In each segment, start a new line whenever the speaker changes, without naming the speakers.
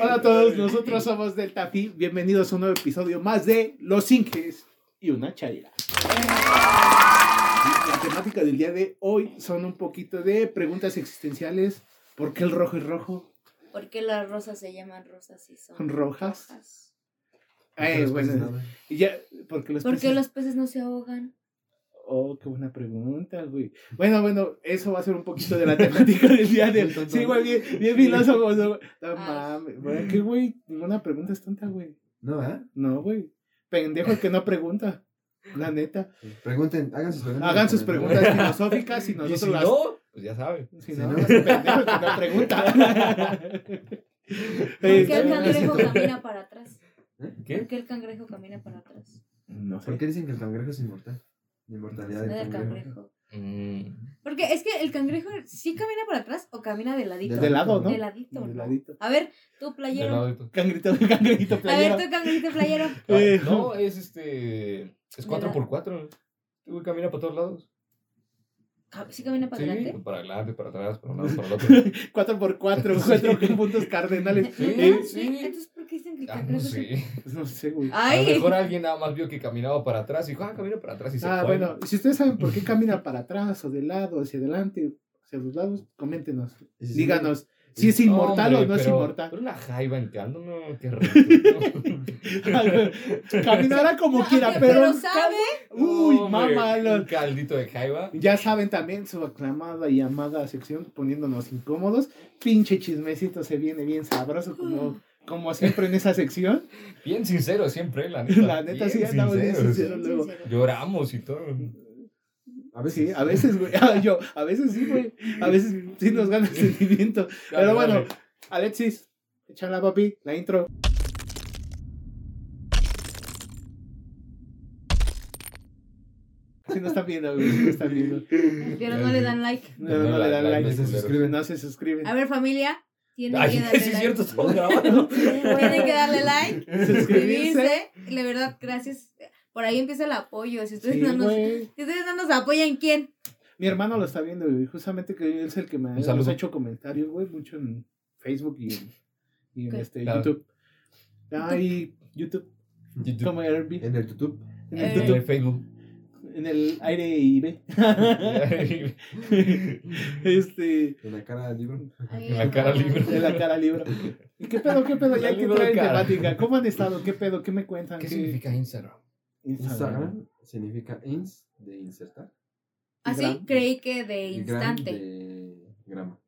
Hola a todos, nosotros somos Delta Fi. Bienvenidos a un nuevo episodio más de Los Inges y una chaira. La temática del día de hoy son un poquito de preguntas existenciales. ¿Por qué el rojo es rojo?
¿Por qué las rosas se llaman rosas y son
¿Son rojas?
rojas?
Eh, bueno, y ya, ¿por qué los
¿Por qué
peces-
los peces no se ahogan?
Oh, qué buena pregunta, güey. Bueno, bueno, eso va a ser un poquito de la temática del día de hoy. Sí, güey, bien, bien filósofos, güey. No mames, güey, ¿Qué, güey? Ninguna pregunta es tonta, güey.
No, ah? ¿verdad?
No, güey. Pendejo el que no pregunta. La neta.
Pregunten, hagan sus preguntas.
Hagan sus preguntas filosóficas y
Y
nosotros
si
las.
no, pues ya saben.
Si
si
no,
no.
es el pendejo el que no pregunta.
¿Por
Eh,
qué el
no,
cangrejo camina para atrás?
¿Eh? ¿Qué?
¿Por qué el cangrejo camina para atrás?
No
¿Por
sé.
qué dicen que el cangrejo es inmortal? La inmortalidad
Del
del cangrejo.
cangrejo. Mm. Porque es que el cangrejo sí camina para atrás o camina de ladito.
De lado, ¿no?
De ladito.
De
¿no?
ladito.
A ver, tú
De
playero.
lado de tu-
Cangrito, cangrejito
A ver,
playero.
tú cangrejito playero.
Eh,
No, es este. Es
De
4x4. Tú güey, camina para todos lados.
Ah, ¿Sí camina para
Sí,
adelante?
para adelante, para atrás, para un lado, para el otro.
4x4, 4 puntos cardenales.
Sí,
¿Eh? ¿Verdad?
sí.
Entonces, ¿por qué dicen que el
Ah, no
cangrejo es el-
sé.
Pues No sé, güey.
A lo
¡Ay!
mejor alguien nada más vio que caminaba para atrás y dijo, ah, camina para atrás y se
Ah,
fue.
bueno, si ustedes saben por qué camina para atrás o de lado, hacia adelante, hacia los lados, coméntenos.
Y si-
Díganos si es inmortal o no
Hombre,
es
pero-
inmortal.
Pero una jaiba entrando, no, qué raro.
Caminará como
No,
quiera,
aunque-
pero.
sabe.
Uy,
Hombre,
mamá.
Un caldito de jaiba.
Ya saben también su aclamada y amada sección poniéndonos incómodos. Pinche chismecito se viene bien sabroso, como, como siempre en esa sección.
Bien sincero siempre, la neta.
La neta, sí,
Bien
andamos bien
sinceros.
sinceros luego.
Lloramos y todo.
A veces.
Sí, a veces, güey. Ah, yo, a veces sí, güey. A veces sí nos gana el sentimiento. Pero
Dale,
bueno,
dale.
Alexis, échala, papi, la intro. Si no están viendo, güey, si no están viendo.
Pero no le dan like.
No, no le dan like,
se suscriben.
no se suscriben.
A ver, familia. Tienen
Ay,
que
sí
darle
es
like.
cierto, estamos grabando.
Tienen que darle like.
Suscribirse.
suscribirse. La verdad, gracias. Por ahí empieza el apoyo. Si ustedes,
Sí,
no, nos,
güey.
si ustedes no nos apoyan, ¿quién?
Mi hermano lo está viendo, güey. Justamente que es el que me
Un saludo.
nos ha hecho comentarios, güey, mucho en Facebook y en, y en
Ok.
este,
Claro.
YouTube. Ay, YouTube,
YouTube.
como Airbnb.
En el YouTube.
En el
Eh.
En el
YouTube,
Este Facebook. eh.
en el aire y ve. este,
En la cara del libro.
En la cara libre.
de la cara libro. ¿Y ¿Qué pedo, qué pedo? Ya hay que
Libro
entrar en
cara.
temática. ¿Cómo han estado? ¿Qué pedo? ¿Qué me cuentan?
¿Qué significa Instagram?
Instagram.
Instagram significa ins de insertar.
Así
Gran-
creí que de
Y gram
instante.
de grama.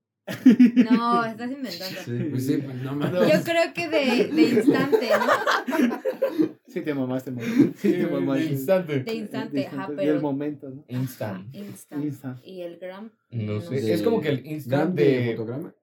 No, estás inventando.
Sí, pues sí, pues no mames.
No.
Yo creo que de, de instante, ¿no?
Sí, te mamaste, mamá. Sí, te mamaste.
Instante.
De instante, ajá,
Y el
pero.
momento, ¿no?
Instant.
Instant.
Instant.
Y el gram.
No sé.
De-
Es como que el
Gram
instant
de
de.
fotograma.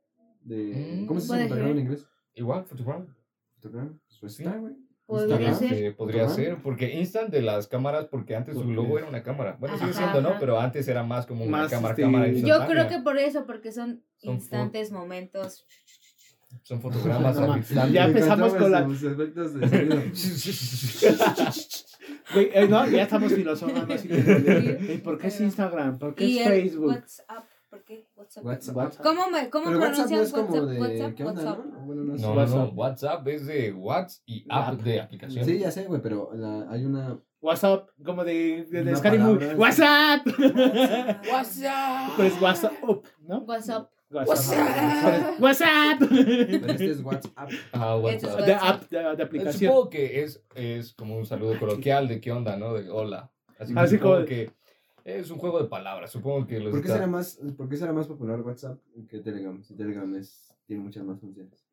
De...
Mm.
¿Cómo se
Puede
dice fotograma en
ser.
inglés?
Igual, fotograma.
Fotograma. Pues
Sí.
está, güey.
Podría
Instagram.
ser.
Eh, podría
Ajá.
ser, porque instant de las cámaras, porque antes su
Porque-
logo era una cámara. Bueno, sigue
Ajá,
siendo, ¿no?
ajá.
Pero antes era más como una
Más,
cámara,
este,
cámara
Yo
Yo
instantánea.
creo que por eso, porque son
Son
instantes, momentos.
Son fotogramas
No,
al
ma.
instante.
Ya
Me
empezamos
encantaban
con la-
sus efectos de sonido.
Güey, eh, no, ya estamos filosofando así. ¿Y por qué es Instagram? ¿Por qué
Y
es
el
Facebook?
WhatsApp. ¿Por qué? WhatsApp.
WhatsApp.
WhatsApp.
¿Cómo, me, cómo
Pero WhatsApp
pronuncian
no es como
WhatsApp?
de.
WhatsApp,
¿Qué onda,
WhatsApp.
no? Bueno, no, sé.
No, no, no,
WhatsApp.
WhatsApp es de WhatsApp y
La
app de aplicación.
Sí, ya sé, güey, pero la- hay una.
WhatsApp, como de, de, de
Una
Scary Movie.
palabra.
WhatsApp.
WhatsApp.
Pues WhatsApp, ¿no?
WhatsApp.
WhatsApp. WhatsApp. De
Pero este es WhatsApp.
Ah, WhatsApp.
Eso
app, de, de
Eh,
aplicación.
Supongo que es, es como un saludo coloquial de qué onda, ¿no? De hola. Así,
Así
supongo
como-
que es un juego de palabras. Supongo que los
¿Por qué,
Pues está-
será más, ¿Por qué será más popular WhatsApp que Telegram? Si Telegram es, tiene muchas más funciones.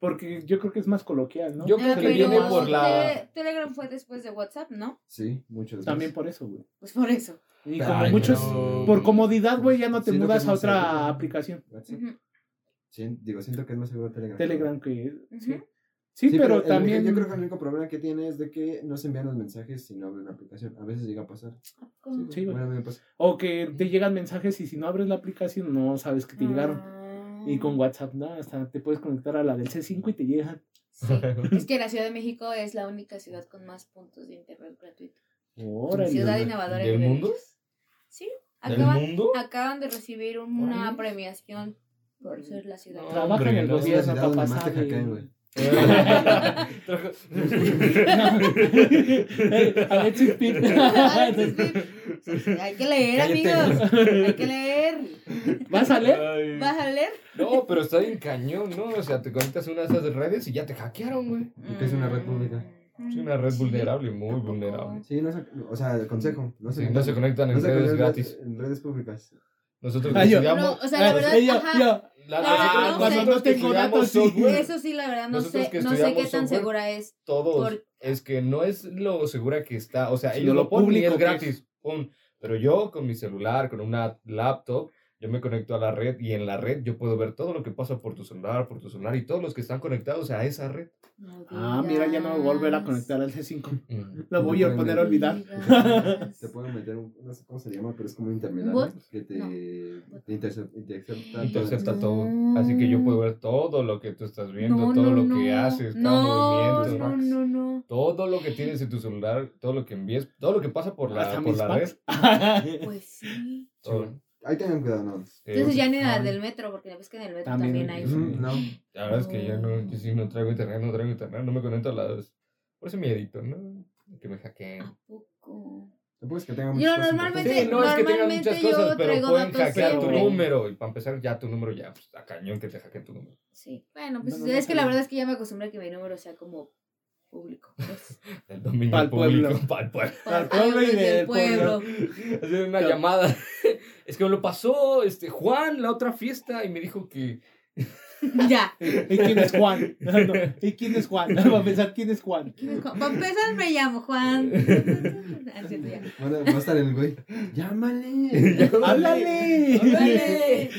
Porque yo creo que es más coloquial, ¿no?
Yo
Ah,
creo que
pero
viene por la.
Tele- Telegram fue después de WhatsApp, ¿no?
Sí, muchos.
También por eso, güey.
Pues por eso.
Y
Ay,
como
pero-
muchos, por comodidad, güey, ya no te
Siento que
mudas
es
a
más
otra
seguro.
aplicación.
WhatsApp.
Ujú,
Sí, digo, siento que es más seguro Telegram.
Telegram que...
ujú.
Sí, sí,
Sí,
pero,
el-
también...
Yo creo que el único problema que tiene es de que no se envían los mensajes si no abren la aplicación. A veces llega a pasar.
¿Cómo?
Sí, güey.
Bueno, a mí me pasa.
O que te llegan mensajes y si no abres la aplicación no sabes que te llegaron.
Ah.
Y con WhatsApp, no, hasta te puedes conectar a la del C5 y te llegan.
Sí. Es que la Ciudad de México es la única ciudad con más puntos de internet gratuito.
Órale.
Ciudad innovadora. y
¿Del
de
mundo?
derechos. Sí.
¿Del
Acaban,
mundo?
acaban de recibir una
Órale.
premiación por ser la ciudad.
No,
Trabaja en el
no.
Es la
gobierno,
ciudad donde
papá
más te
sabe.
hackean,
güey.
güey.
Alexis Pitt.
Alexis Pitt. pues, Hay que leer,
Cállate.
amigos. Hay que leer.
¿Vas a leer?
Ay.
¿Vas a leer?
No, pero está bien cañón, ¿no? O sea, te conectas a una de esas redes y ya te hackearon, güey.
Porque es una red pública.
Mm.
Es una red vulnerable, muy
tampoco.
vulnerable.
Sí, no se, o sea, consejo. No se,
Sí, no se conectan en
no se
redes
conectan
gratis.
En redes públicas.
Nosotros
Ah, yo.
No,
estudiamos.
o sea, la verdad,
Ella-
ajá.
yo.
la-
Ah,
nosotros-
cuando
nosotros
no
que
tengo
estudiamos
datos, sí.
software,
Eso sí, la verdad, no
Nosotros
sé,
que
no sé qué
estudiamos
tan
software.
segura es.
todos.
Por-
Es que no es lo segura que está. O sea,
Sí,
ellos
lo
lo ponen y
público
es
que
gratis. pum. Pero yo con mi celular, con una laptop, yo me conecto a la red y en la red yo puedo ver todo lo que pasa por tu celular, por tu celular y todos los que están conectados a esa red.
No
Ah, mira, ya no me voy a volver a
digas.
conectar al C5.
Mm.
Lo voy a
No
poner
No
a olvidar.
digas.
Te pueden meter un, no sé cómo se llama, pero es como un intermediario
¿Bot?
que te,
No.
te intercep- te intercepta.
Intercepta
No.
todo. Así que yo puedo ver todo lo que tú estás viendo,
Mm. No,
todo
no,
lo
no.
que haces, cada
no,
movimiento.
no, no, no.
Todo lo que tienes en tu celular, todo lo que envíes, todo lo que pasa por la,
Hasta
por
mis
la red.
packs.
Pues sí.
Sí, bueno. Ahí tengan cuidado, no.
Eh,
Entonces ya ni la
Ay.
del metro, porque ves que en el metro
También
también,
hay-
hay.
Ujú.
No.
La verdad es que yo no, yo sí no traigo internet, no traigo internet, no me conecto a las... Por ese miedito, ¿no? Que me hackeen.
¿A poco?
Tampoco es que tengan
Yo
muchas cosas.
normalmente-
Sí, no es que tengan
normalmente
muchas
yo
cosas, pero
traigo
pueden
datos
hackear tu
siempre.
número. Y para empezar, ya tu número ya, pues, a cañón que te hackeen tu número.
Sí. Bueno, pues
No, no,
es
no
que
sabía.
la verdad es que ya me acostumbré a que mi número sea como público. pues.
Del dominio
Pa'l pueblo.
público, pa'l pueblo.
Al pueblo y
Algo
del pueblo.
Hacer una
Claro.
llamada. Es que me lo pasó este, Juan la otra fiesta y me dijo que...
ya.
¿Y quién es Juan? No, no. ¿Y quién es Juan? Va a pensar quién es Juan.
¿Quién es Juan? Para empezar, me llamo Juan. Ah, es cierto, ya.
Van a, va a estar el güey. Llámale.
¡Háblale!
Dale.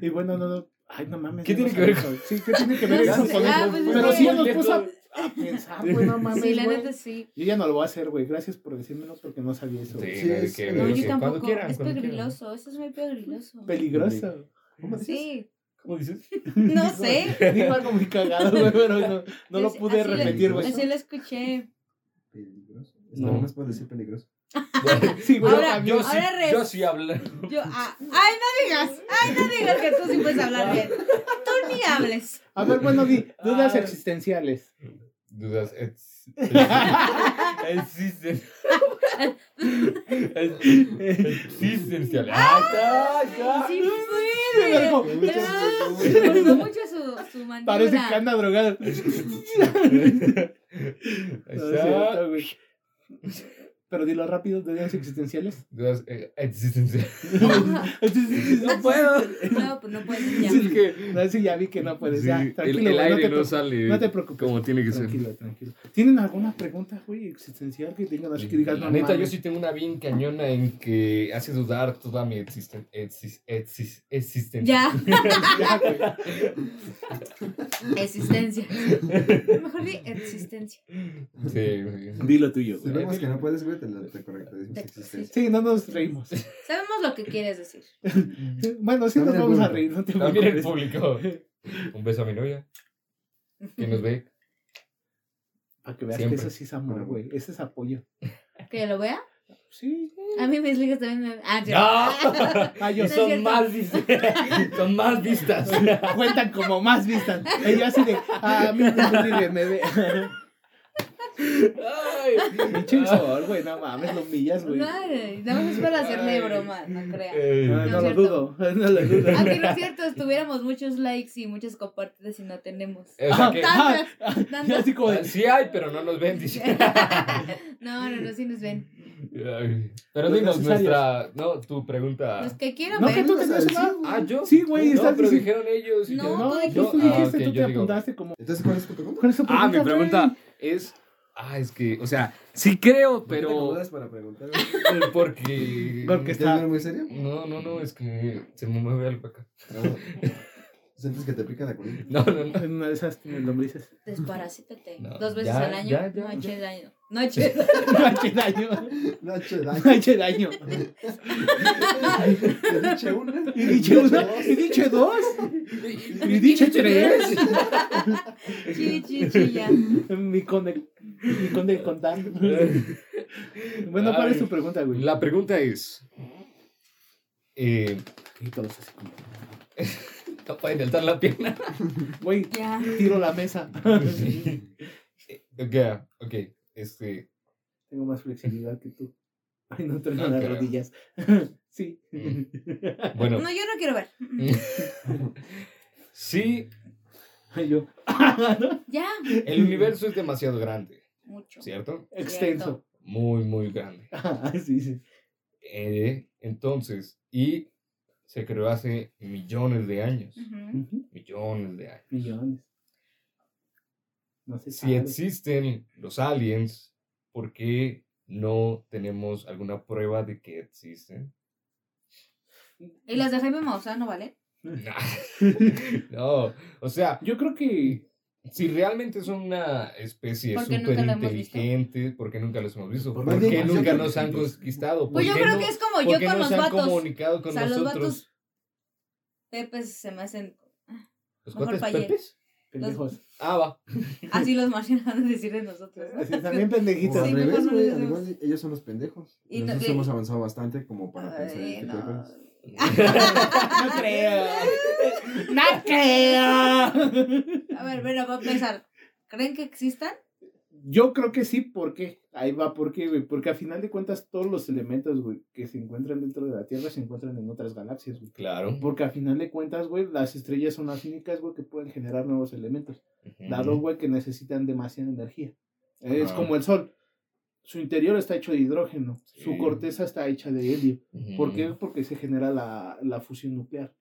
Y bueno, no, no. Ay, no mames.
¿Qué
ya
tiene
no
que ver
sabemos. Sí, ¿qué tiene que ver
No
eso
sé,
con
ah,
eso?
pues,
Pero
es
sí
que-
nos puso a, a pensar, güey, Ah, pues, no mames,
Sí, la
güey.
neta sí.
Yo ya no lo voy a hacer, güey. Gracias por decírmelo porque no sabía eso. güey.
Sí,
Sí,
no,
es-
que-
No,
Pero
que
yo tampoco.
Cuando quieran,
es
cuando quieran.
peligroso. Eso es muy peligroso.
Peligroso.
¿Cómo dices?
Sí.
¿Cómo dices?
No sé.
Dijo algo muy cagado, güey, pero no, no lo
Así-
pude
así lo-
repetir, güey.
Así lo escuché.
Peligroso.
No.
No. Nada más puedes decir peligroso.
Sí, güey.
Ahora-
también.
sí,
ahora res-
yo sí hablo.
Yo, ah, ay, no digas. Ay, no digas que tú sí puedes hablar bien. Tú ni hables.
A ver, bueno, di, dudas
Ah.
existenciales.
Dudas. ex- Existen. Existencial. Ah, está,
Sí
Pero
puede.
como-
Ah, Me gustó mucho su, su mandíbula.
Parece que anda drogado.
está.
No,
Ahí
es
está.
cierto, güey. Pero dilo rápido, dudas existenciales.
Dudas eh, existenciales.
no puedo.
No, pues no puedes ya.
Sí, No, sí, ya vi que no puedes. ya,
Sí, el-
tranquilo,
el
güey, no
aire
te
no,
preocupes.
sale
No te preocupes.
como tiene que ser.
Tranquilo, tranquilo. ¿Tienen alguna pregunta, güey, existencial que tengan así que digas
Mm, La
no
neta, yo
mames?
sí tengo una bien cañona en que hace dudar toda mi existen- exis- exis- existencia.
Ya,
Ya, güey.
existencia. Mejor di existencia.
Sí, sí.
Di lo tuyo,
Si
güey.
vemos que no puedes, güey, te, lo- te correcto. Decimos
Te-
existencia.
Sí, no nos reímos.
Sabemos lo que quieres decir.
Bueno, sí nos
También el
vamos a
público.
reír, no te
También el
preocupes.
público. Un beso a mi novia. Que nos ve.
Para que veas
Siempre.
que eso sí es amor, güey. Ese es apoyo.
¿Que lo vea?
Sí.
A mí mis ligas también me. Ah, ya.
¡No!
Ah, yo
No
Y
sí.
es cierto.
son más, vis- son más vistas.
Cuentan como más vistas. Y yo así de, ah, mi público me ve.
Ay.
Pinche visor, güey, no mames, lo humillas, güey. No,
Ay, Nada más es para hacerle
Ay.
broma, no crean.
Eh,
no,
no es
lo
cierto. Ah,
dudo, no lo dudo.
Aunque no es cierto, estuviéramos muchos likes y muchas compartidas y no tenemos.
o sea que- pues,
Ah,
Tantas,
Yo
tantas.
así como de,
sí hay, pero no nos ven. dice.
No, no, no, sí nos ven.
Ay. Pero
Los
dinos
necesarios.
nuestra. No, tu pregunta.
Los que quiero
no,
ver.
que tú
Bueno,
tenías
o sea,
una.
sí,
Ah, yo.
Sí, güey,
No,
estás
pero
diciendo.
dijeron ellos. y
No,
yo-
No,
tú
tú, tú
dijiste.
dijiste,
Ah, ok,
tú te
yo digo.
apuntaste como.
Entonces, ¿cuál es tu pregunta?
¿Cuál es tu
Ah, mi
güey?
pregunta es. Ah, es que, o sea, sí creo,
¿No
pero.
te para preguntar?
Porque.
Porque
¿Te
está.
vieron muy serio?
No, no, no, es que se me mueve algo acá.
No. ¿Sientes que te pica la colita?
No, no, no.
En una de esas tienes lombrices.
Desparasítate.
No,
Dos veces
ya,
al año.
ya, ya,
no
ya.
eches daño. No eches
No hace daño.
No, che, daño.
No hace daño.
Te dije una.
Y dije una, y dije dos, y dije tres.
Chi, chi, chi, ya.
Mi conde, mi conde contar. Bueno, ¿cuál es tu pregunta, güey?
La pregunta es. eh,
Y todos así como.
No pueden alzar la pierna.
Güey,
Ya.
tiro la mesa.
Ok, ya, ok. Este.
Tengo más flexibilidad que tú. Ay, no tengo
No
las
creo.
rodillas. sí.
Ah, Mm. Bueno,
No, yo no quiero ver.
sí,
Ay, yo.
Ya.
el universo es demasiado grande,
Mucho.
¿cierto?
Extenso. Ah,
Muy, muy grande.
sí, sí.
Eh, entonces, y se creó hace millones de años.
Ujú.
Ujú.
Millones de años.
Millones. No sé
Si existen los aliens, ¿por qué no tenemos alguna prueba de que existen?
Y las de Jaime Maussan no vale.
No, o sea,
Yo creo que.
si realmente son una especie
¿Por qué nunca
súper
lo hemos visto?
inteligente, ¿por qué nunca los hemos visto?
¿Por
¿Por,
qué
qué
no?
nunca
Yo
nos
creo
han
que-
conquistado? ¿Por
Pues yo
qué
creo
no-
que es como
por
yo
qué
con
no
los
se han
vatos.
comunicado con
O sea, los
nosotros?
vatos- Pepes se me hacen.
¿Los
Mejor
cuates
pa' ayer.
pepes?
Pendejos.
Ah, va.
Así los marcianos van a decir de nosotros. ¿no?
Sí, también
O
pendejitos.
Pues al
Sí, mejor
revés,
no
güey.
lo
al
digamos.
igual ellos son los pendejos.
Y no-
Nosotros
y-
hemos avanzado bastante como para pensar en
Ay,
este tipo de
no.
cosas.
No creo. No creo.
A ver, bueno, va a pensar. ¿Creen que existan?
Yo creo que sí, ¿por qué? Ahí va, ¿por qué, güey? Porque a final de cuentas todos los elementos, güey, que se encuentran dentro de la Tierra se encuentran en otras galaxias, güey.
Claro.
Porque a final de cuentas, güey, las estrellas son las únicas, güey, que pueden generar nuevos elementos.
Ujú.
Dado, güey, que necesitan demasiada energía. Es
Ajá.
como el sol. Su interior está hecho de hidrógeno,
Sí.
su corteza está hecha de helio.
Ujú.
¿Por qué? Porque se genera la, la fusión nuclear.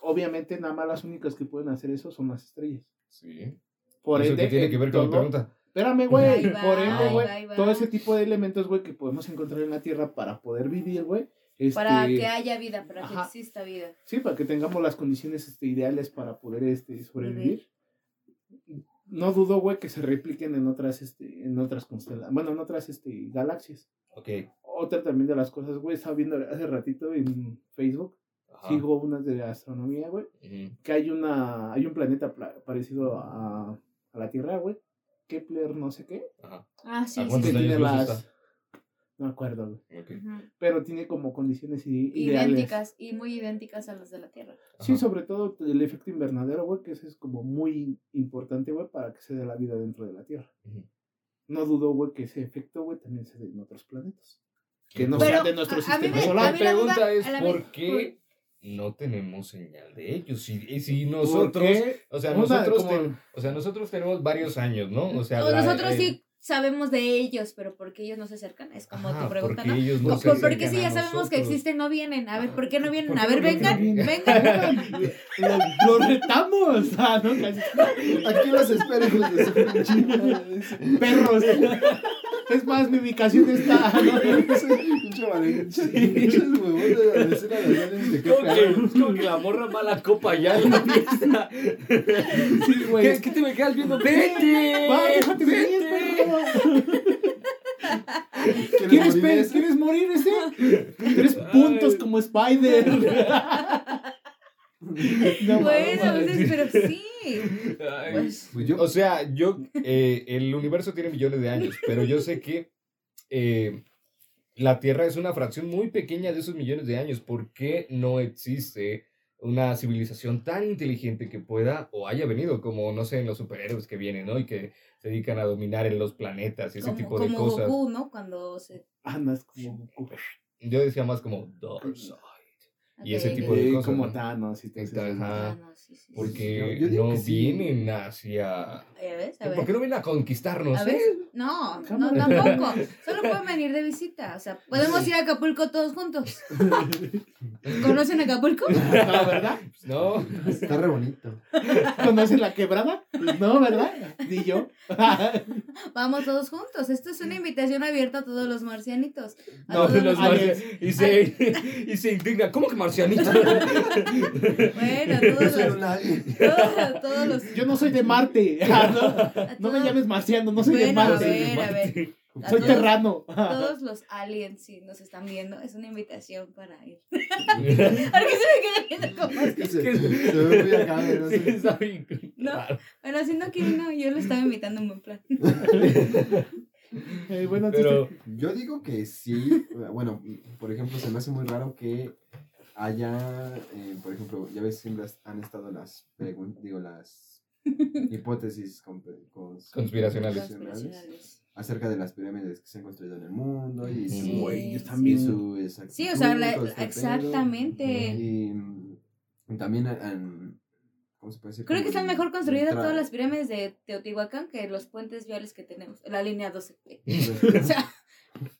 Obviamente, nada más las únicas que pueden hacer eso son las estrellas.
Sí.
Por
¿Eso
ende,
qué tiene que ver con
todo-
la pregunta?
Espérame,
Ahí
güey.
va,
Por
ahí
ende,
va,
ahí
güey.
va.
Todo ese tipo de elementos, güey, que podemos encontrar en la Tierra para poder vivir, güey. Este,
Para que haya vida, para que
Ajá.
exista vida.
Sí, para que tengamos las condiciones este, ideales para poder este, sobrevivir. No dudo, güey, que se repliquen en otras, este, en otras constelaciones. Bueno, en otras este, galaxias.
Ok.
Otra también de las cosas, güey, estaba viendo hace ratito en Facebook.
Ajá.
Sigo unas de astronomía, güey.
Ujú.
Que hay una. Hay un planeta pla- parecido a, a la Tierra, güey. Kepler, no sé qué.
Ajá.
Ah, sí,
¿A
Que
cuántos
sí.
años
tiene
luz
las-
está?
No me acuerdo, güey.
Ok.
Ujú.
Pero tiene como condiciones i- ideales.
Idénticas y muy idénticas a las de la Tierra.
Sí,
Ajá.
sobre todo el efecto invernadero, güey, que ese es como muy importante, güey, para que se dé la vida dentro de la Tierra.
Ujú.
No dudo, güey, que ese efecto, güey, también se dé en otros planetas. Que no
Pero
sean de nuestro
a- a mí
sistema
me-
Pero
solar.
la
a mí la duda-
pregunta es
a la vez-
¿por qué no tenemos señal de ellos? Y, y si nosotros,
Porque,
o sea,
una,
nosotros,
como-
ten- o sea, nosotros tenemos varios años, ¿no? O sea,
O
la-
nosotros
eh,
sí sabemos de ellos, pero ¿por qué ellos no se acercan? Es como
ajá,
tu pregunta,
porque
¿no?
ellos no
Co-
se
co- ¿Por qué
acercan
si ya
a
sabemos que
nosotros?
existen, no vienen? A ver, ¿por qué no vienen?
¿Por
A
qué
ver,
no
vengan,
vienen?
vengan.
lo, lo retamos. Ah, no, casi.
Aquí los espero, hijos de su pinche madre.
Perros. Es más, mi ubicación está.
Pinche vale- pinches huevones de la escena de aliens de qué
Como
pedo.
que, como que la morra va a la copa ya en la fiesta.
Sí, güey.
¿Qué, qué te me quedas viendo? ¡Vete!
Va, déjate venir,
¡Vete!
perro.
¿Quieres
¿Quieres,
morir
pe-
ese?
¿Quieres morir ese? Tres puntos
Ay.
como Spider. No,
Bueno,
mames.
pues, pero sí.
Ay.
Pues,
Pues yo,
O sea, yo, eh, el universo tiene millones de años, pero yo sé que eh, la Tierra es una fracción muy pequeña de esos millones de años. ¿Por qué no existe una civilización tan inteligente que pueda o haya venido, como, no sé, en los superhéroes que vienen, ¿no? Y que se dedican a dominar en los planetas y ese
como,
tipo de
como
cosas.
Goku, ¿no? Cuando se...
Andas Ah, como Goku.
Yo decía más como Darkseid. Y ese
Ok,
tipo de
Eh,
cosas,
como
¿no?
Thanos y todo eso.
Ajá.
Ah, no, sí, sí, sí.
Porque
Yo digo
no
que sí.
vienen hacia...
Ya ves, a
¿Por
ver.
qué no vienen a conquistarnos?
A
eh?
ver, no, no,
Cámara.
tampoco. Solo pueden venir de visita. O sea, podemos ir a Acapulco todos juntos. ¿Conocen Acapulco?
No, ¿verdad?
No.
está re bonito.
¿Conocen la quebrada? No, ¿verdad? Ni yo.
Vamos todos juntos. Esto es una invitación abierta a todos los marcianitos. A
No,
todos
los
los-
marcianos. Y se, y se indigna. ¿Cómo que marcianito?
Bueno, todos
Soy
los.
un alien.
Todos, todos los.
Yo no soy de Marte. Ah,
a
No, no
todos-
me llames marciano, no soy de
Bueno, a
Marte.
ver, a ver. a
Soy
todos-
terrano.
Todos los aliens, si nos están viendo, es una invitación para ir. Ahora que se me queda viendo como-
Es que se, se ve muy acá, no
Sí,
sé.
está bien raro.
Bueno, haciendo que no, yo lo estaba invitando en buen plan.
Eh, bueno,
Pero
eh, mm, Yo digo que sí. Bueno, por ejemplo, se me hace muy raro que allá, eh, por ejemplo, ya ves, siempre has- han estado las preguntas, digo, las hipótesis con- con-
Conspiracionales.
conspiracionales
Conspiracionales.
acerca de las pirámides que se han construido en el mundo y su,
Sí.
Güey, yo
y
también.
su exactitud,
Sí, o sea, la-
todo este pedo.
exactamente.
Y mm, también, han- ¿cómo se puede decir?
Creo que están mejor construidas todas las
las
pirámides de Teotihuacán que los puentes viales que tenemos. La línea 12. O
pirámides.
sea,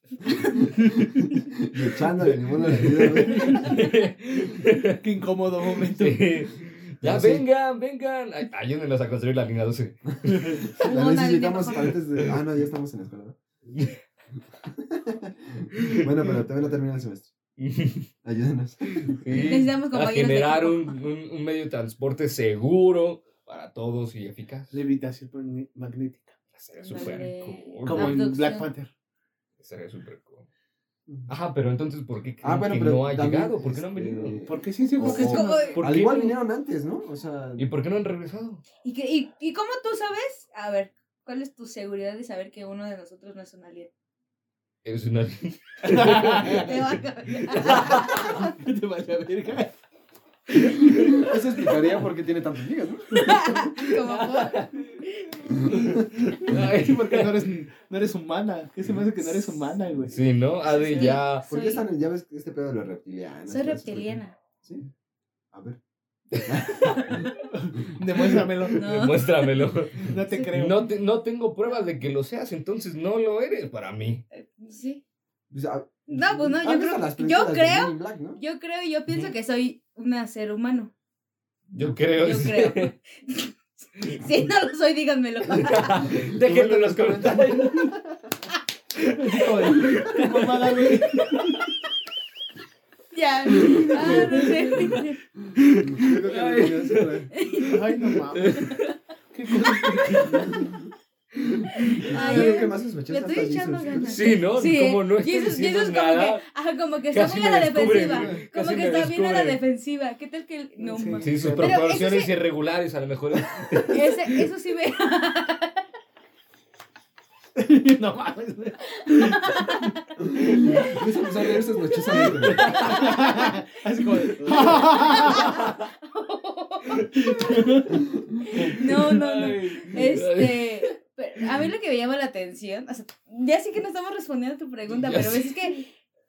y echándole limón a la vida, güey.
Qué incómodo momento.
Sí. Ya
Pero sí.
vengan, vengan. Ay- Ayúdenos a construir la línea 12.
La
Una
necesitamos
línea
antes de. Ah, no, ya estamos en la escuela. ¿no? bueno, pero todavía no termina el semestre. Ayúdenos.
Necesitamos
a
compañeros de
generar un,
equipo.
un- un medio de transporte seguro para todos y eficaz.
Levitación magn- magnética.
Sería súper
Ándale.
cool.
Como en
Abducción.
Black Panther.
Sería súper cool. Ajá, pero entonces, ¿por qué creen
Ah, bueno,
que
pero
no ha
también,
llegado? ¿Por qué no han
este,
venido?
Porque sí, sí, porque
Ojo.
es como-
¿Por
Al
qué
igual
no?
vinieron antes, ¿no? O sea.
¿Y por qué no han regresado?
¿Y, qué- y, ¿Y cómo tú sabes? A ver, ¿cuál es tu seguridad de saber que uno de nosotros no es un alien?
Es una...
Te va a cagar.
Te vas a verga.
Eso explicaría por qué tiene tantos gigas, ¿no?
Como por-
Sí, porque no eres, no eres humana. ¿Qué se me hace que no eres humana, güey?
Sí, ¿no? Ha de
Sí.
ya...
¿Por
Soy-
qué están, ya ves este pedo de los reptilianos?
Soy
y eso?
reptiliana.
Sí. A ver.
Demuéstramelo.
No.
Muéstramelo.
No te creo.
No, te- no tengo pruebas de que lo seas, entonces no lo eres para mí.
Sí.
Pues, a-
No, pues no,
¿han
yo
visto
creo-
Ah,
yo
las películas de
creo-
Men in Black, ¿no?
Yo creo y yo pienso
Ujú.
que soy un ser humano.
Yo creo.
Yo creo. si no lo soy, díganmelo.
Déjenlo en los comentarios.
Así como de, "Tu mamada, güey".
ya. Ah, no sé.
Yo creo que
Ay.
me quedé así, güey.
Ay, no mames. Qué cosa.
Ay,
Yo creo
ya.
que más sospechoso
le estoy
hasta
echando
Jesus.
ganas.
Sí, ¿no?
Sí,
Como no
y
estoy
eso, y eso
diciendo
es como
nada.
que, ajá, como que está
casi
muy a
me
la
descubren,
defensiva.
güey.
Como
Casi
que
me
está bien a la
descubren.
defensiva. ¿Qué tal que el- no
Sí.
mames.
Sí, sus
Pero
eso
proporciones
sí-
irregulares a lo mejor.
Ese- eso sí me.
No mames. güey.
Yo empecé a leer sospechosamente, güey.
Así como de, "Ah,
No, no, no.
Ay, ay.
Este. pero a mí lo que me llama la atención. o sea, ya sé que no estamos respondiendo a tu pregunta,
Ya
pero
sé.
ves, es que.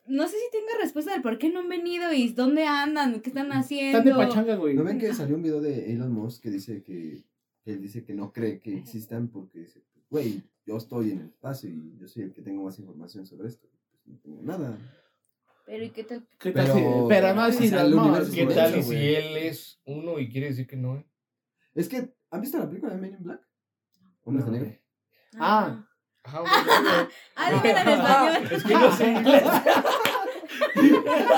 No sé si tenga respuesta del por qué no han venido y dónde andan, qué están haciendo.
Están de pachanga, güey.
¿No ven que salió un video de Elon Musk que dice que, que él dice que no cree que existan porque dice, güey, yo estoy en el espacio y yo soy el que tengo más información sobre esto. Pues no tengo nada.
Pero ¿y qué tal?
¿Qué tal
Pero-
si- pero no,
o
si
sea,
no,
el
no,
universo
¿qué
¿Qué
es
tal
tal
inmenso,
y
si-
si
güey.
él es uno y quiere decir que no eh? es?
Es que, ¿han visto la película de Men in Black? Hombre
No.
de negro.
Ah.
Ajá, bueno.
Ah, dímelo en español.
Es que no sé inglés.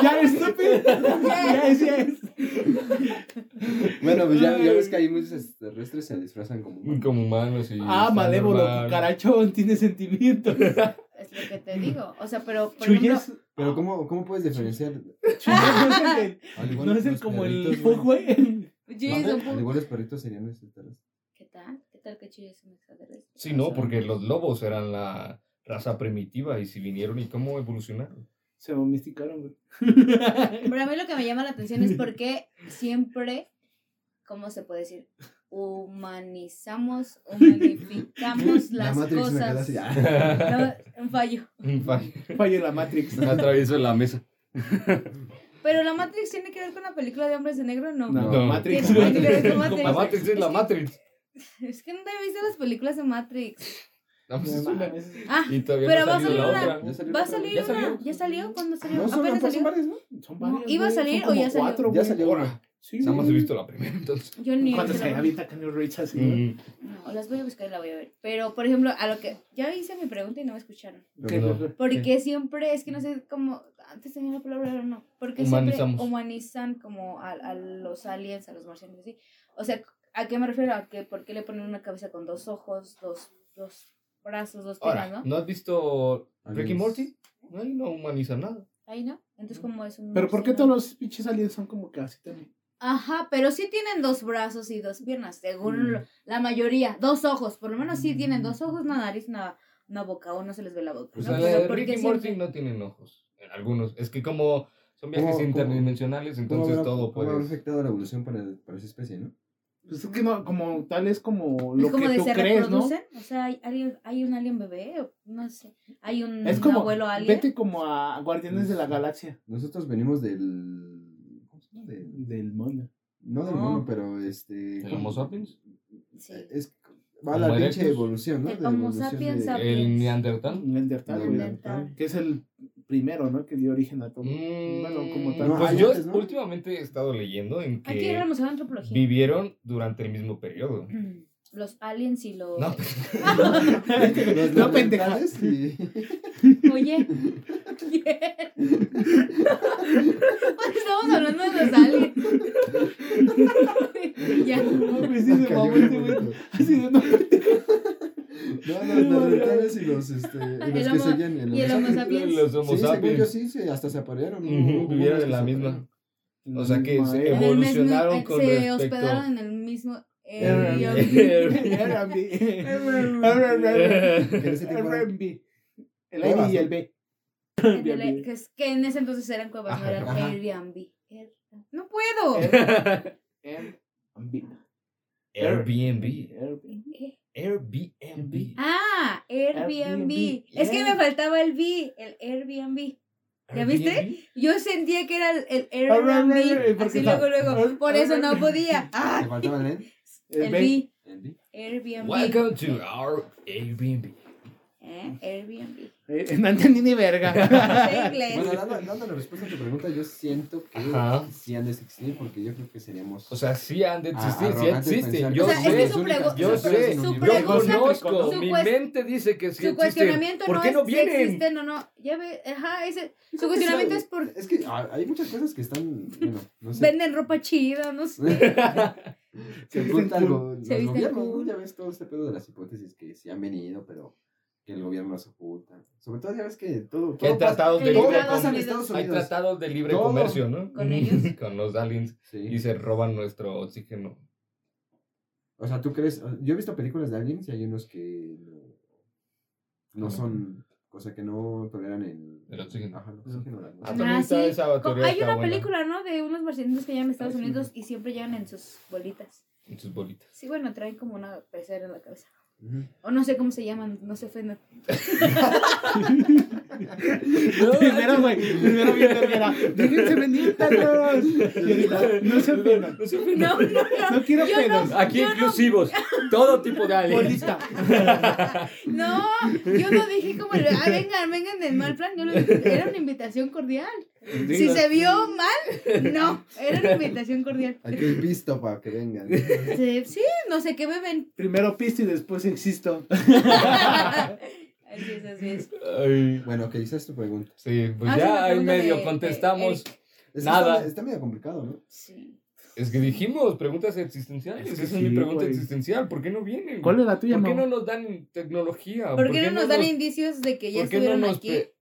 Ya es estúpido. Ya es, ya es.
Bueno, pues ya, ya ves que ahí muchos extraterrestres se disfrazan como humanos.
Como humanos y.
Ah,
está
malévolo,
normal.
cucarachón, tiene sentimientos.
Es lo que te digo. O sea, pero. Por ejemplo,
Chuyes,
Pero ¿cómo, ¿cómo puedes diferenciar?
chuyes, no es el-
Al igual
no es el
los
como el
perritos,
Pug,
güey.
güey.
yo hice un
Al
poco-
igual los perritos serían extraterrestres.
¿Qué tal? ¿Qué tal que Chuy es un extraterrestre?
Sí, no, porque los lobos eran la raza primitiva y si vinieron y cómo evolucionaron.
Se domesticaron, güey.
Pero a mí lo que me llama la atención es por qué siempre, ¿cómo se puede decir? Humanizamos, humanificamos
La
Pues las
Matrix me queda
cosas.
así. ah.
No, un fallo.
Un fallo.
Falló la Matrix.
Me atravieso la mesa.
Pero la Matrix tiene que ver con la película de hombres de negro, no.
No,
No.
Matrix,
Sí,
güey.
Matrix, Matrix.
La Matrix es la Matrix.
Es que no te he visto las películas de Matrix.
No, pues, es
No
una.
mames.
Ah,
Y todavía
Pero
no
va a
salió
salir una-
la otra.
Ya salió
va a
otra.
salir
¿Ya
una.
salió?
¿Ya salió? ¿Cuándo salió?
No, son,
¿Apenas
son
salió?
varias, ¿no?
Son varias,
¿Iba a
güey,
salir
son
o ya
como
salió?
cuatro,
Ya
güey.
salió.
Ahora,
Sí,
nada más he
güey.
visto la primera entonces.
Yo ni
Cuando
vi
se
la-
avienta Kenny Reach así, güey.
Mm.
No, las voy a buscar y la voy a ver. Pero, por ejemplo, a lo que ya hice mi pregunta y no me escucharon.
Que-
No.
Porque
Sí.
siempre, es que no sé cómo, antes tenía la palabra, ahora no. Porque
Humanizamos.
siempre humanizan como a, a los aliens, a los marcianos, así. O sea, ¿a qué me refiero? A que por qué le ponen una cabeza con dos ojos, dos, dos brazos, dos piernas,
Ahora,
¿no?
¿no has visto Ricky
Aliens.
Morty? Ahí no humaniza nada.
Ahí no. Entonces, ¿cómo es un.
Pero ¿por qué
marciano?
todos los pinches aliens son como que así también?
Ajá, pero sí tienen dos brazos y dos piernas,
Mm.
según
Mm.
lo- la mayoría. Dos ojos, por lo menos sí tienen dos ojos, una nariz, una, una boca, o no se les ve la boca.
O
Pues
¿no?
sea,
Pero
la de
¿por qué
Ricky
siempre-
Morty no tienen ojos. En algunos. Es que como Son viajes
¿Cómo- cómo-
interdimensionales,
¿Cómo
entonces
habrá-
todo
cómo habrá
puede.
afectado la evolución para, para esa especie, no?
Pues es que no, como tal es como lo
es como
que
de
tú
se
crees, ¿no?
reproducen. O sea, hay, alguien- hay un alien bebé, o no sé. Hay un,
Es como,
abuelo alien.
vete como a Guardianes de
Pues
la Galaxia.
Nosotros venimos del. ¿Cómo se llama? Del-
Del mono.
no del
No.
mono, pero este.
¿El Homo sapiens?
Sí.
Eh, Es, va la
Homo
pinche
erectus.
evolución, ¿no?
El
De
Homo
evolución
sapiens
de-
sapiens.
¿El Neandertal?
Neandertal,
de
güey.
Neandertal.
Que es el primero, ¿no? Que dio origen a todo.
Mm,
Bueno, como tal.
No,
Pues
hay
yo
antes, ¿no?
últimamente he estado leyendo en
Aquí era
que
el Museo de Antropología.
vivieron durante el mismo periodo.
Los aliens y los.
No,
Los
no, pendeja.
neandertales y-
Oye. Pues, ¿Quién? Estamos hablando de los aliens. ya.
No, pues sí, se
Cayó
mamó
muy
este güey.
bonito.
Así de, no,
No, los neandertales y los, este, y los
El
que
homo-
seguían. el
y el
homo-
Homo sapiens.
pues, Los Homo
Sí, según yo
sapiens.
sí, sí, hasta se aparearon.
Ujú, vivieron en la misma. O sea que
Misma
se
era.
En el mismo- eh,
Evolucionaron con
Se
respecto-
hospedaron en el mismo. eh, Airbnb.
Era
Airbnb.
mi-
Airbnb.
Airbnb.
Que en ese tiempo eran-
Airbnb. El A y el B.
En el-
Airbnb.
que, es- que en ese entonces eran cuevas, no eran
Ajá.
Airbnb. Air- No puedo.
Airbnb.
Airbnb.
Airbnb.
Airbnb.
Ah, Airbnb.
Airbnb.
Es que
Yeah.
me faltaba el B, el Airbnb. ¿Ya viste?
Airbnb.
Yo sentía que era el, el
Airbnb,
Airbnb,
porque
así
está-
luego, luego. Por eso no podía.
¿Te
Ah,
faltaba el N?
el
El
B,
B.
El D.
Airbnb.
Welcome to our Airbnb.
¿Eh? Airbnb.
Eh, No entendí ni verga.
Sé
Bueno,
inglés.
dando, dando la respuesta a tu pregunta, yo siento que
Ajá.
sí han de existir porque yo creo que seríamos.
O sea, sí han
a-
de existir, sí
Ah, arrogantes
existen.
pensar
Yo
O sea, es que
sé,
su pregu-
yo
su-
sé,
su
yo
pregunta-
conozco,
su
mi
cuest-
mente dice que
Su
sí existen.
cuestionamiento
¿Por
no
qué
es
no
si
vienen?
existen o no. Ya ve, ajá, ese, su cuestionamiento es por
Es que ah, hay muchas cosas que están. Bueno, no sé.
venden ropa chida, no sé.
Se
Se
visten
oculta
cool.
algo.
Se
los
visten
gobiernos, ¿no?
cool.
Ya ves todo este pedo de las hipótesis que sí han venido, pero que el gobierno las oculta. Sobre todo, ya ves que todo.
Que hay
todo pasa-
tratados de
El
todo
libre
Estados
pasa en
comercio.
Estados
Hay
Unidos.
tratados de libre
Todo.
comercio, ¿no?
Con ellos.
Con los aliens. Y
Sí.
se roban nuestro oxígeno.
O sea, tú crees. Yo he visto películas de aliens y hay unos que no, no son. O sea, que no toleran el.
El oxígeno.
Ajá, el oxígeno. la atmósfera.
Ah, también
Ah,
está
sí.
esa
Co-
teoría
Hay
está
una
buena.
película, ¿no? De unos marcianitos que llegan a Estados
Ah, sí.
Unidos y siempre llegan en sus bolitas.
En sus bolitas.
Sí, bueno, traen como una pecera en la cabeza.
Ujú.
O no sé cómo se llaman, no se ofendan.
Primero, güey. Primero bien verguera. Déjense venir, perros. Y ahorita, No se ofendan.
No se
No, no, no.
No quiero
Yo no-
pedos.
Aquí
Yo no-
inclusivos. Todo tipo de aliens.
Bolita.
No, yo no dije como, el- ah, vengan, vengan del mal plan. Yo lo dije, era una invitación cordial. Si se vio mal, no, era una invitación cordial.
Aquí hay visto para que vengan.
Sí, sí, no sé qué beben.
Primero pisto y después existo.
Así es, así es.
Ay,
Bueno, que hice tu pregunta.
Sí, pues
Haz una
ya ahí
pregunta de-
medio
de eh,
contestamos.
Eric.
Es que
Nada.
Está, está medio complicado, ¿no?
Sí.
Es que dijimos preguntas existenciales.
Es que
Esa
sí,
es mi pregunta
güey.
existencial. ¿Por qué no vienen?
¿Cuál es la tuya,
¿Por qué
mamá?
no nos dan tecnología?
¿Por qué no nos dan
nos-
indicios de que ya
por qué no
estuvieron
nos
aquí?
pre-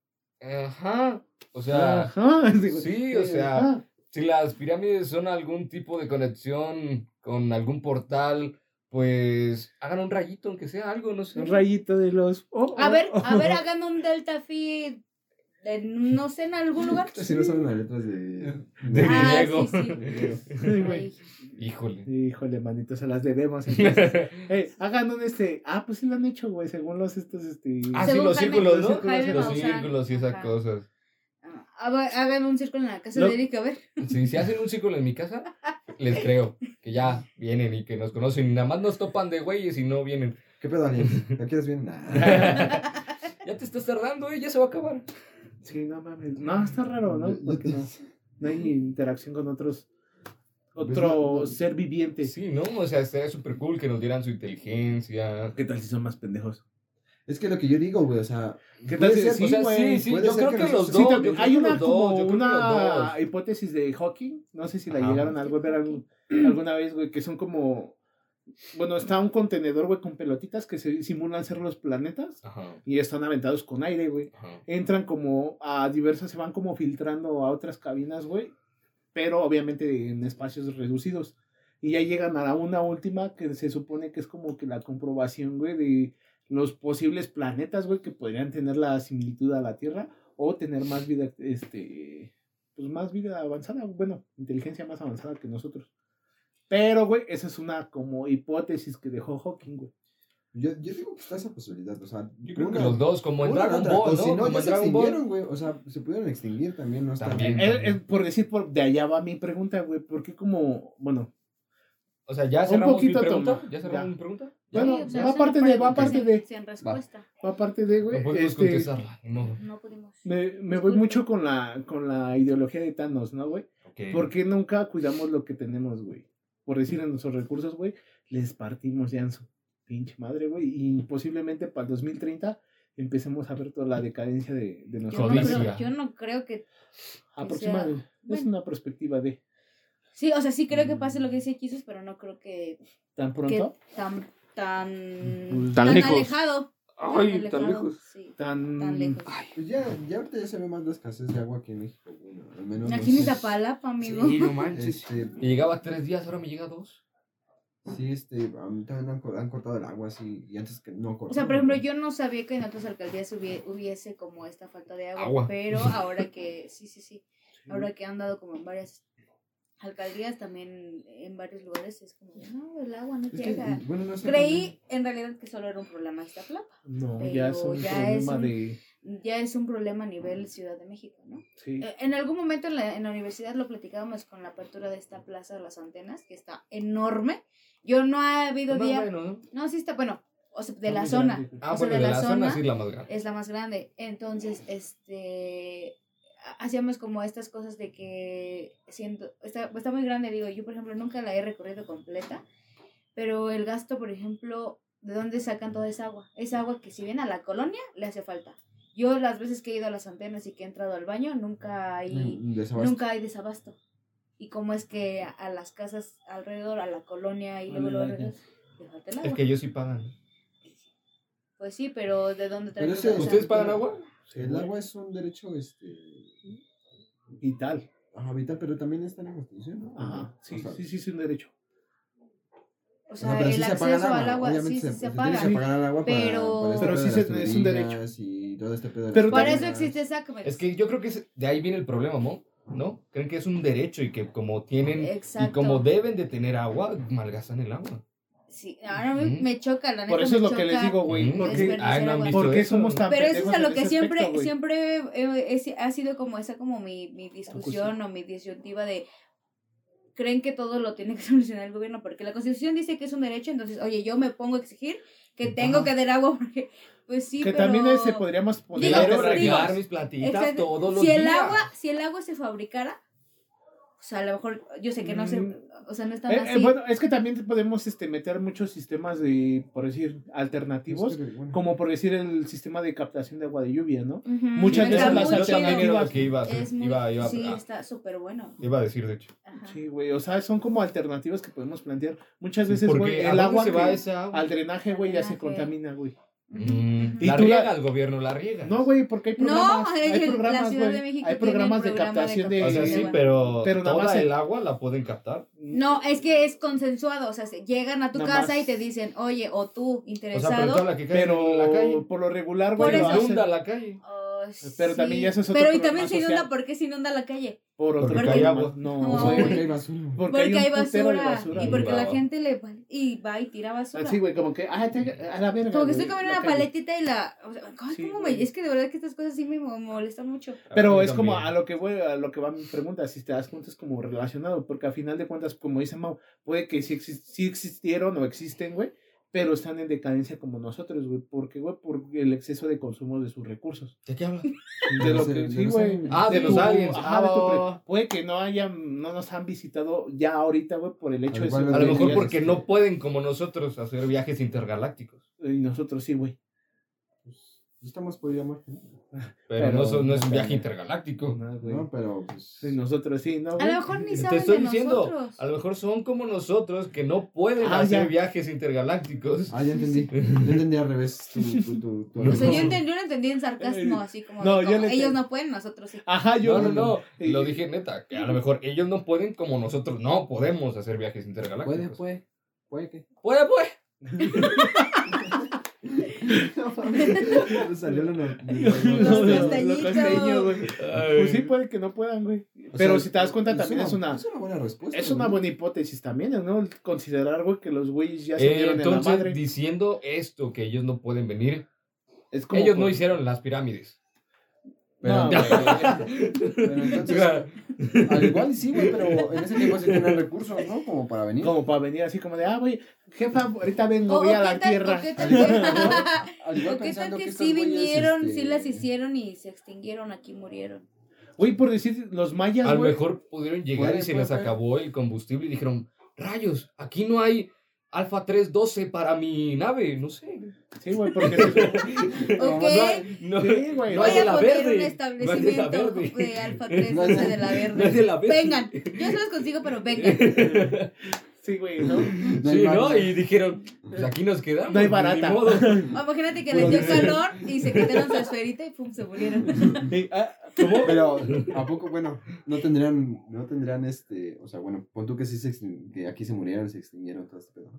Ajá. O sea,
Ajá. eh, ah,
sí, o sea,
Ajá.
si las pirámides son algún tipo de conexión con algún portal, pues hagan un rayito, aunque sea algo, no sé.
Un rayito de los. oh,
A
oh,
ver,
oh.
a ver, hagan un Delta Phi, en- no sé, en algún lugar.
Si no saben las letras de.
De
Ah,
Diego.
sí,
Sí, güey.
Ay,
Híjole.
Híjole, manito, se las debemos. entonces. Eh, hagan un este. Ah, pues sí lo han hecho, güey, según los estos. este
Ah, sí,
Según
los
Jaime-
círculos,
los
¿no?
Jaime
Los
Maussan.
círculos y esas
Ajá.
cosas.
ah, haba- Hagan un círculo en la casa
Lo-
de Eric, a ver.
Si se hacen un círculo en mi casa, les creo que ya vienen y que nos conocen. Y nada más nos topan de güeyes y no vienen.
¿Qué pedo, Alien? ¿No quieres bien? Nah.
Ya te estás tardando, eh, ya se va a acabar.
Sí, no mames. No, está raro, ¿no? Porque no, no hay interacción con otros. Otro
¿Ves?
ser viviente.
Sí, ¿no? O sea, estaría súper cool que nos dieran su inteligencia.
¿Qué tal si son más pendejos?
Es que lo que yo digo, güey, o sea.
¿Qué
puede
tal si-
ser,
sí,
o sea,
güey,
sí, sí,
puede
yo
ser
creo
que nos-
que, los
sí,
dos. yo
Pues también.
creo
Hay
que
una
los dos,
como
yo creo que los
una
dos.
hipótesis de Hawking, no sé si la
Ajá.
llegaron a algo ver algún- alguna vez, güey, que son como, bueno, está un contenedor, güey, con pelotitas que se simulan ser los planetas
Ajá,
y están aventados con aire, güey.
ajá.
Entran como a diversas, se van como filtrando a otras cabinas, güey, pero obviamente en espacios reducidos. Y ya llegan a la una última que se supone que es como que la comprobación, güey, de los posibles planetas, güey, que podrían tener la similitud a la Tierra o tener más vida, este, pues, más vida avanzada, bueno, inteligencia más avanzada que nosotros. Pero, güey, esa es una como hipótesis que dejó Hawking, güey.
Yo, yo digo que está esa posibilidad, o sea,
Yo creo que
una-
los dos, como en
una
Dragon
otra,
Ball,
o
¿no?
si no,
como
ya
en
se
Dragon Ball.
extinguieron, güey, o sea, se pudieron extinguir también, no está
También.
Eh, eh, por decir, por, de allá va mi pregunta, güey, porque como, bueno,
O sea, ya
Un
cerramos
poquito
mi pregunta.
toma.
¿Ya cerramos
Ya.
mi pregunta?
Ya. Bueno,
Sí, o sea,
va
son
parte de- va
preguntas
parte
sin-
de-
Sin respuesta.
aparte de, güey,
No podemos
este,
contestarla. No.
No pudimos.
me, me voy mucho con la, con la ideología de Thanos, ¿no, güey?
Okay.
¿Por qué nunca cuidamos lo que tenemos, güey? Por decir a nuestros recursos, güey, les partimos ya en su pinche madre, güey. Y posiblemente para el 2030 empecemos a ver toda la decadencia de, de
Yo
nuestro
no,
país.
Codicia.
creo, yo no creo que
Aproximado.
sea-
Es
bueno.
una perspectiva de
Sí, o sea, sí creo que pase lo que dice Quisos, pero no creo que,
tan
que
pronto,
tan tan
Pues, tan
lejos.
alejado.
Ay, tan
alejado,
lejos.
Sí,
tan,
tan lejos.
Pues ya, ya ahorita ya se ve más la escasez de agua aquí en México, güey, ¿no? al menos. no
Aquí en
sé.
Iztapalapa, amigo.
Sí, no manches.
Este,
Y llegaba tres días, ahora me llega dos.
sí, este, a mí también han, co- han cortado el agua así, y antes que no cortaban.
O sea, por ejemplo, yo no sabía que en otras alcaldías hubie- hubiese como esta falta de agua,
Agua.
pero ahora que, sí, sí, sí, ahora que han dado como en varias alcaldías, también en varios lugares, es como, no, el agua no
Es que,
llega.
bueno, no sé.
Creí en realidad que solo era un problema de Iztapalapa,
No, ya es
Pero
un
ya es
problema
un-
de.
ya es un problema a nivel Ciudad de México, ¿no?
Sí.
Eh, En algún momento en la, en la universidad lo platicábamos con la apertura de esta plaza de las antenas, que está enorme. Yo no ha habido
Más
día.
o Pues menos, ¿no?
No, sí está, bueno, o sea, de
Está
la
muy
zona.
grande.
Ah,
O sea,
bueno, de la, zona, sí, la más grande.
es la más grande. Entonces, este ha- hacíamos como estas cosas de que siento está, está muy grande, digo, yo por ejemplo nunca la he recorrido completa, pero el gasto, por ejemplo, ¿de dónde sacan toda esa agua? Es agua que si bien a la colonia le hace falta. Yo las veces que he ido a las antenas y que he entrado al baño, nunca hay
Mm,
pues.
desabasto.
nunca hay desabasto. Y cómo es que a, a las casas alrededor, a la colonia y luego luego alrededor, le falta el agua.
Es que ellos sí pagan.
Pues sí, pero ¿de dónde
Pero
traen?
ese-
o sea,
¿Ustedes pagan agua?
El agua es un derecho, este,
Vital.
ajá, vital, pero también está en la Constitución, ¿no?
Ajá. Sí,
O sea,
sí, sí, es un derecho.
O
o
sea,
pero
el
sí se apaga
acceso al agua, sí,
obviamente
sí se,
tiene
apaga.
que apagar el agua para-
Pero-
para este
Pero
pedo
sí
de
se-
las
es un derecho.
tuberías y todo este pedo de las
Pero
Para
también-
eso
tuberías.
existe esa comercio.
Es que yo creo que es- de ahí viene el problema, ¿no? ¿No? Creen que es un derecho y que como tienen
Exacto.
y como deben de tener agua, malgastan el agua.
Sí, ahora me,
Ujú.
me choca, la neta.
Por eso es
me
lo que les
choca.
digo, güey.
Ujú.
Porque.
Desperdiciar
Ay, no han
agua.
visto
¿Por qué
eso?
somos tan
Pero eso
pendejos
es a
en
lo que
ese
siempre,
aspecto, güey?
siempre eh, es- ha sido como esa como mi, mi discusión o mi disyuntiva de creen que todo lo tiene que solucionar el gobierno porque la constitución dice que es un derecho, entonces oye yo me pongo a exigir que tengo
Ajá.
que dar agua porque pues sí
Que
pero
también eh, se podríamos Eh, poner.
Digo,
Quiero
pero digo,
arreglar mis platitas
Exacto.
todos los
si
días.
el agua si el agua se fabricara o sea a lo mejor yo sé que no se
Mm.
o sea no es tan
Eh, eh,
así
bueno, es que también podemos este, meter muchos sistemas de, por decir,
No
alternativos,
sé, pero bueno.
como por decir el sistema de captación de agua de lluvia, ¿no?
Ujú.
muchas
Está
veces
muy
las
yo
chido.
también era lo que iba, a hacer.
Es muy-
iba, iba,
sí,
ah,
está súper bueno.
iba a decir, de hecho.
Ajá.
Sí, güey, o sea, son como alternativas que podemos plantear. Muchas veces,
Porque
güey,
¿a
el
dónde
agua
se va
que-
esa agua?
al drenaje, güey, ya se
Drenaje.
contamina, güey.
Mm,
Y
la
tú la-
riega el gobierno, la riega.
No, güey, porque hay
No,
programas, hay
en la
programas,
Ciudad de
güey,
México
hay
tienen
programas de
programa de
captación de...
o sea,
captación de
sí,
agua.
pero,
Pero nada
toda
más el-
el agua la pueden captar.
Mm,
No, es que es consensuado, o sea, se- llegan a tu
Nada
casa
más.
y te dicen, oye, o tú
O sea, pero
interesado.
toda la que cae
Pero
en la calle.
por lo regular,
Por
güey,
Pero
lo
eso-
hacen
inunda la calle.
Oh,
Pero
sí.
también ya ese es otro
Pero y también
problema
se inunda,
social.
¿por qué se inunda la calle?
por otro
Porque
hay
problema.
agua.
No,
No,
güey, pues,
porque hay basura.
porque,
Porque,
hay
hay
un putero de
basura,
basura.
y
güey.
porque la
Wow.
gente le va- y va y tira basura.
Así, güey, como que, ah, te- a la verga.
como que
güey,
estoy comiendo
la
una
calle.
paletita y la o sea, ¿cómo-
Sí,
cómo
güey.
me- es que de verdad que estas cosas sí me mo- molestan mucho.
Pero
Yo
es como
también.
a lo que voy, a lo que va mi pregunta, si te das cuenta es como relacionado, porque a final de cuentas, como dice Mau, puede que sí, exis- sí existieron o existen, güey, pero están en decadencia como nosotros, güey, porque güey, por el exceso de consumo de sus recursos.
¿De qué hablas?
Pues
De lo
los-
que
de
sí,
los
güey.
aliens.
Ah, de
tu-
uh,
los aliens.
ajá,
Ah,
de tu
va,
pre-
va, va.
puede que no hayan, no nos han visitado ya ahorita, güey, por el hecho de
igual
ser-
los
A lo mejor
ya
porque
existe.
no pueden, como nosotros, hacer viajes intergalácticos.
Y nosotros sí, güey.
Pues, Estamos por ir a Marte.
Pero,
Pero-
no, son- no es un viaje intergaláctico.
No, güey.
No, pero pues.
Sí, Nosotros sí, ¿no?
A
güey?
lo mejor ni
Te
saben
estoy
de
diciendo,
nosotros.
A lo mejor son como nosotros que no pueden
Ah,
hacer
ya.
viajes intergalácticos.
Ah, ya entendí. Yo entendí al revés. Tu, tu, tu, tu
No.
O sea, yo,
argumento.
entendí, yo lo entendí en sarcasmo, así como,
No,
de
yo
como,
le-
ellos no pueden, nosotros sí.
Ajá, yo.
No, no, no.
Sí.
Lo dije neta. Que a lo mejor ellos no pueden como nosotros no podemos hacer viajes
Puede,
intergalácticos.
puede. Puede que.
Puede, puede.
Salió la no-
Lo- lo- lo
costeñitos.
costeño, güey.
Ay. pues,
Pues sí, puede Pues que no puedan, güey. Pero si te das cuenta, también es una-
Es una buena respuesta.
Es una
güey.
buena hipótesis también, ¿no? El Considerar, güey, que los güeyes ya se
Eh,
dieron en la madre.
entonces, diciendo esto, que ellos no pueden venir,
Es como
ellos
con-
no hicieron las pirámides.
No,
Pero,
Ah,
pero entonces, al igual sí, güey, pero en ese tiempo se tenían recursos, ¿no? Como para venir.
Como para venir así como de, ah, güey, jefa, ahorita vengo,
O-
voy
o
a la
qué tal-
tierra.
o qué tal
Al
que-
igual, ¿no? Al igual
¿O qué tal
pensando
que
estos
sí
güeyes,
vinieron,
este,
sí las hicieron y se extinguieron, aquí murieron?
Güey, por decir, los mayas,
A lo
güey.
mejor pudieron llegar
Puede,
y se
puede,
les
puede.
acabó el combustible y dijeron, rayos, aquí no hay Alfa 312 para mi nave, no sé.
Sí, güey, porque se-
¿O
No,
qué?
No,
Sí, güey.
no
Voy
hay
Voy
de
a
la
poner un
verde. No hay de la
establecimiento
verde.
de Alfa
No hay
312
de-
de la
No hay
verde.
de la verde.
Vengan, yo se los consigo, pero vengan.
sí, güey, ¿no?
no hay
Sí,
mar-
¿no? Y dijeron, pues aquí nos quedamos.
No hay
ni
barata.
modo.
O imagínate que les dio calor y se quitaron su esferita y pum, se murieron.
Sí, ah,
Pero, ¿a poco, bueno, no tendrían, no tendrían este, o sea, bueno, pon tú que sí se extin- que aquí se murieron, se extinguieron, todo este pedo.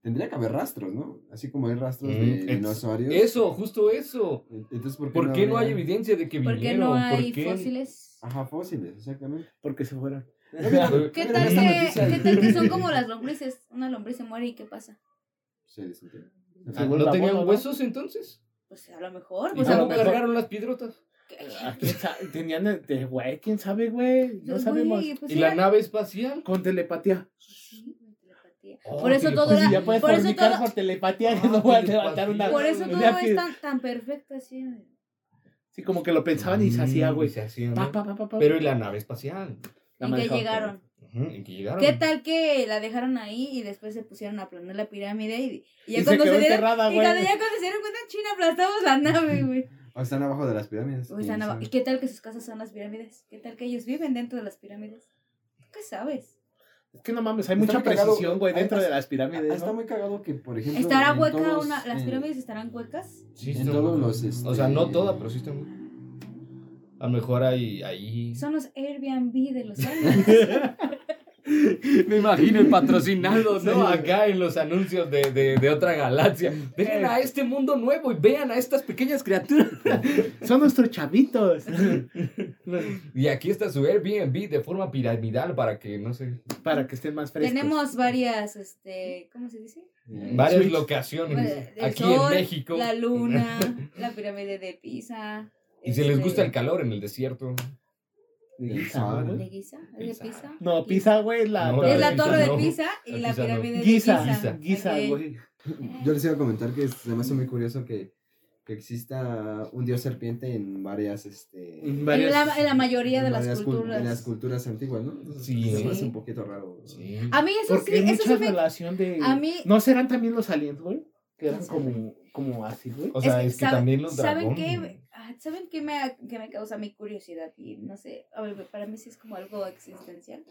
Tendría que haber rastros, ¿no? Así como hay rastros
Ujú.
de
Es-
dinosaurios.
Eso, justo eso.
Entonces, ¿por qué,
¿Por qué no hay
habría-
evidencia de que
¿Por qué no
vinieron?
hay
¿Por qué?
fósiles?
Ajá, fósiles, exactamente.
porque se fueron.
Ah,
¿Qué
Pero
tal,
esta
que,
noticia-
¿Qué tal que son como las lombrices? Una lombriz se muere y ¿qué pasa?
Se desintegró.
Ah,
Según
¿No
la
tenían
boda, ¿no?
huesos entonces?
Pues a lo mejor.
¿Y
Pues
a
a
lo
lo
cómo
mejor-
cargaron las piedrotas?
Ah, ¿quién sa- Tenían, el- de, güey, quién sabe, güey. No
Pues,
sabemos.
güey, pues
¿Y la
era-
nave espacial?
Con telepatía.
Sí, güey, telepatía.
Oh,
Por eso
Si
todo era-
ya puedes
por eso
fornicar
todo-
por telepatía, que
Ah,
no puedes
telepatía.
levantar una.
Por eso todo
una
es
piedra.
tan, tan perfecto así. güey.
Sí, como que lo pensaban y se hacía,
Mm,
güey.
se hacía, ¿no?
Pa, pa, pa, pa, pa.
Pero ¿y la nave espacial?
La
y que
manejaba.
llegaron.
Ujú, ¿En que llegaron?
¿Qué tal que la dejaron ahí y después se pusieron a planear la pirámide y, y ya
Y se
cuando se,
quedó
dieron,
enterrada,
y
güey.
cuando ya cuando se dieron cuenta, China aplastamos la nave, güey.
O están abajo de las pirámides.
O sea,
quién
no-
sabe.
¿Y qué tal que sus casas son las pirámides? ¿Qué tal que ellos viven dentro de las pirámides? ¿Qué sabes?
Es que no mames, hay
Está
mucha
muy cagado.
precisión, güey, dentro
Ah,
de las
Ah,
pirámides.
Está
¿no?
muy cagado que, por ejemplo.
¿Estará
en
hueca
todos,
una? ¿Las
eh,
pirámides estarán huecas?
Sí,
en
está-
todos los, este,
O sea, no toda, pero sí está muy... A lo mejor hay ahí...
Son los Airbnb de los aliens.
Me imagino el patrocinado, ¿no? Acá en los anuncios de, de, de otra galaxia. Vengan a este mundo nuevo y vean a estas pequeñas criaturas.
Son nuestros chavitos.
Y aquí está su Airbnb de forma piramidal para que, no sé,
Para que estén más frescos.
Tenemos varias, este, ¿cómo se dice?
eh,
varias
Switch.
locaciones
Bueno, el
aquí
sol,
en México.
La luna, la pirámide de Pisa.
Y si les
este,
gusta el calor en el desierto.
Guisa, güey.
¿De Giza? ¿Es de
Pisa.
Pisa?
No, Pisa, güey, la
No,
Es la
Pisa
torre de
no.
Pisa y
La
la
Pisa no.
pirámide de
Giza,
Giza.
Giza,
Ok.
güey.
Yo les iba a comentar que se me hace muy curioso que, que exista un dios serpiente en varias. Este,
En
En
varias-
la, en la mayoría de
en
las
varias cul-
culturas.
En las culturas antiguas, ¿no? Entonces,
Sí.
Se me hace
Sí.
un poquito raro. ¿no?
A mí eso sí,
Porque hay
eso
mucha
sí me...
relación de.
A mí-
¿No serán también los aliens, güey? Que eran
Sí.
como, como así, güey.
O sea, es que,
sabe-
también los
¿Saben
dragones.
qué? Ah, ¿Saben qué me, ha- que me causa mi curiosidad? Y no sé, a ver, para mí sí es como algo existencial.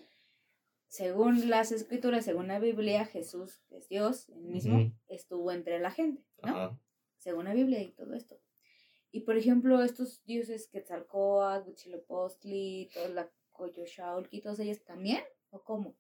Según las escrituras, según la Biblia, Jesús, que es Dios, el mismo,
Ujú.
estuvo entre la gente, ¿no?
Ajá.
según la Biblia y todo esto. Y por ejemplo, estos dioses Quetzalcóatl, Huitzilopochtli, toda la Coyoshaolqui, todos ellos también, ¿o cómo?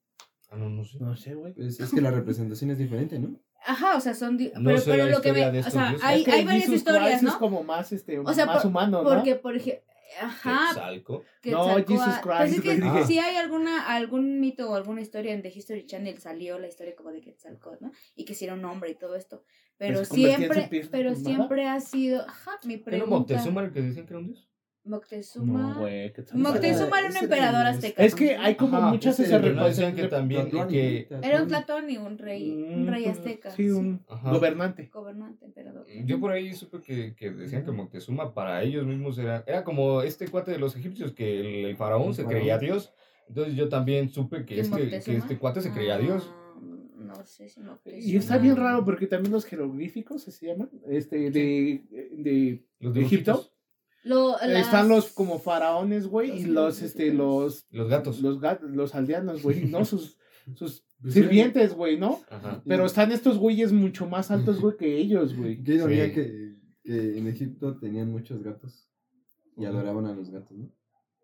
Ah, no, no sé.
No sé, güey.
Pues es que la representación es diferente, ¿no?
Ajá, o sea, son. di-
No
pero
sé
pero
la
lo que
historia
me.
de
O
estos
sea,
dioses.
hay,
Es que
hay varias
Jesus
historias,
Christ es
¿no?
como más, este,
O sea,
más
por-
humano, ¿no?
Porque, por ejemplo. Ajá.
Quetzalco.
No,
Quetzalcóatl.
Jesus
Pues es
Christ,
que
güey.
Ah.
si hay alguna, algún mito o alguna historia en The History Channel salió la historia como de Quetzalcóatl, ¿no? Y que si era un hombre y todo esto. Pero
Pues se convertía en su
siempre,
pierna
pero
humana.
siempre ha sido. Ajá, mi
¿Qué no
pregunta.
Moctezuma el que dicen que era un dios?
Moctezuma.
No, güey. que tal-
Moctezuma era un
Ese
emperador
era-
azteca.
Es que hay como
Ajá,
muchas
ese
ese
de
Pero no
representación
decían que
de-
también y
Tlatuani,
que...
Tlatuani.
Era un tlatón y un rey, un
Mm,
rey azteca.
Sí, un
Ajá.
gobernante.
gobernante, emperador.
Mm, Yo por ahí supe que, que decían que Moctezuma para ellos mismos era, era como este cuate de los egipcios, que el, el faraón
El
se
faraón.
creía Dios. Entonces yo también supe que,
¿Y
este, que
Moctezuma?
este cuate se creía
Ah,
Dios.
No sé si Moctezuma.
Y está bien raro porque también los jeroglíficos se llaman, este, de, de
Los
¿De Egipto?
dibujitos,
Lo- las-
están los como faraones, güey, y
Los
los, este, los,
los gatos.
los, ga- los aldeanos, güey, no sus, sus
Pues,
sirvientes, güey, ¿no?
Ajá.
Pero están estos güeyes mucho más altos, güey, que ellos, güey.
Yo diría
Sí.
que, que en Egipto tenían muchos gatos y adoraban a los gatos, ¿no?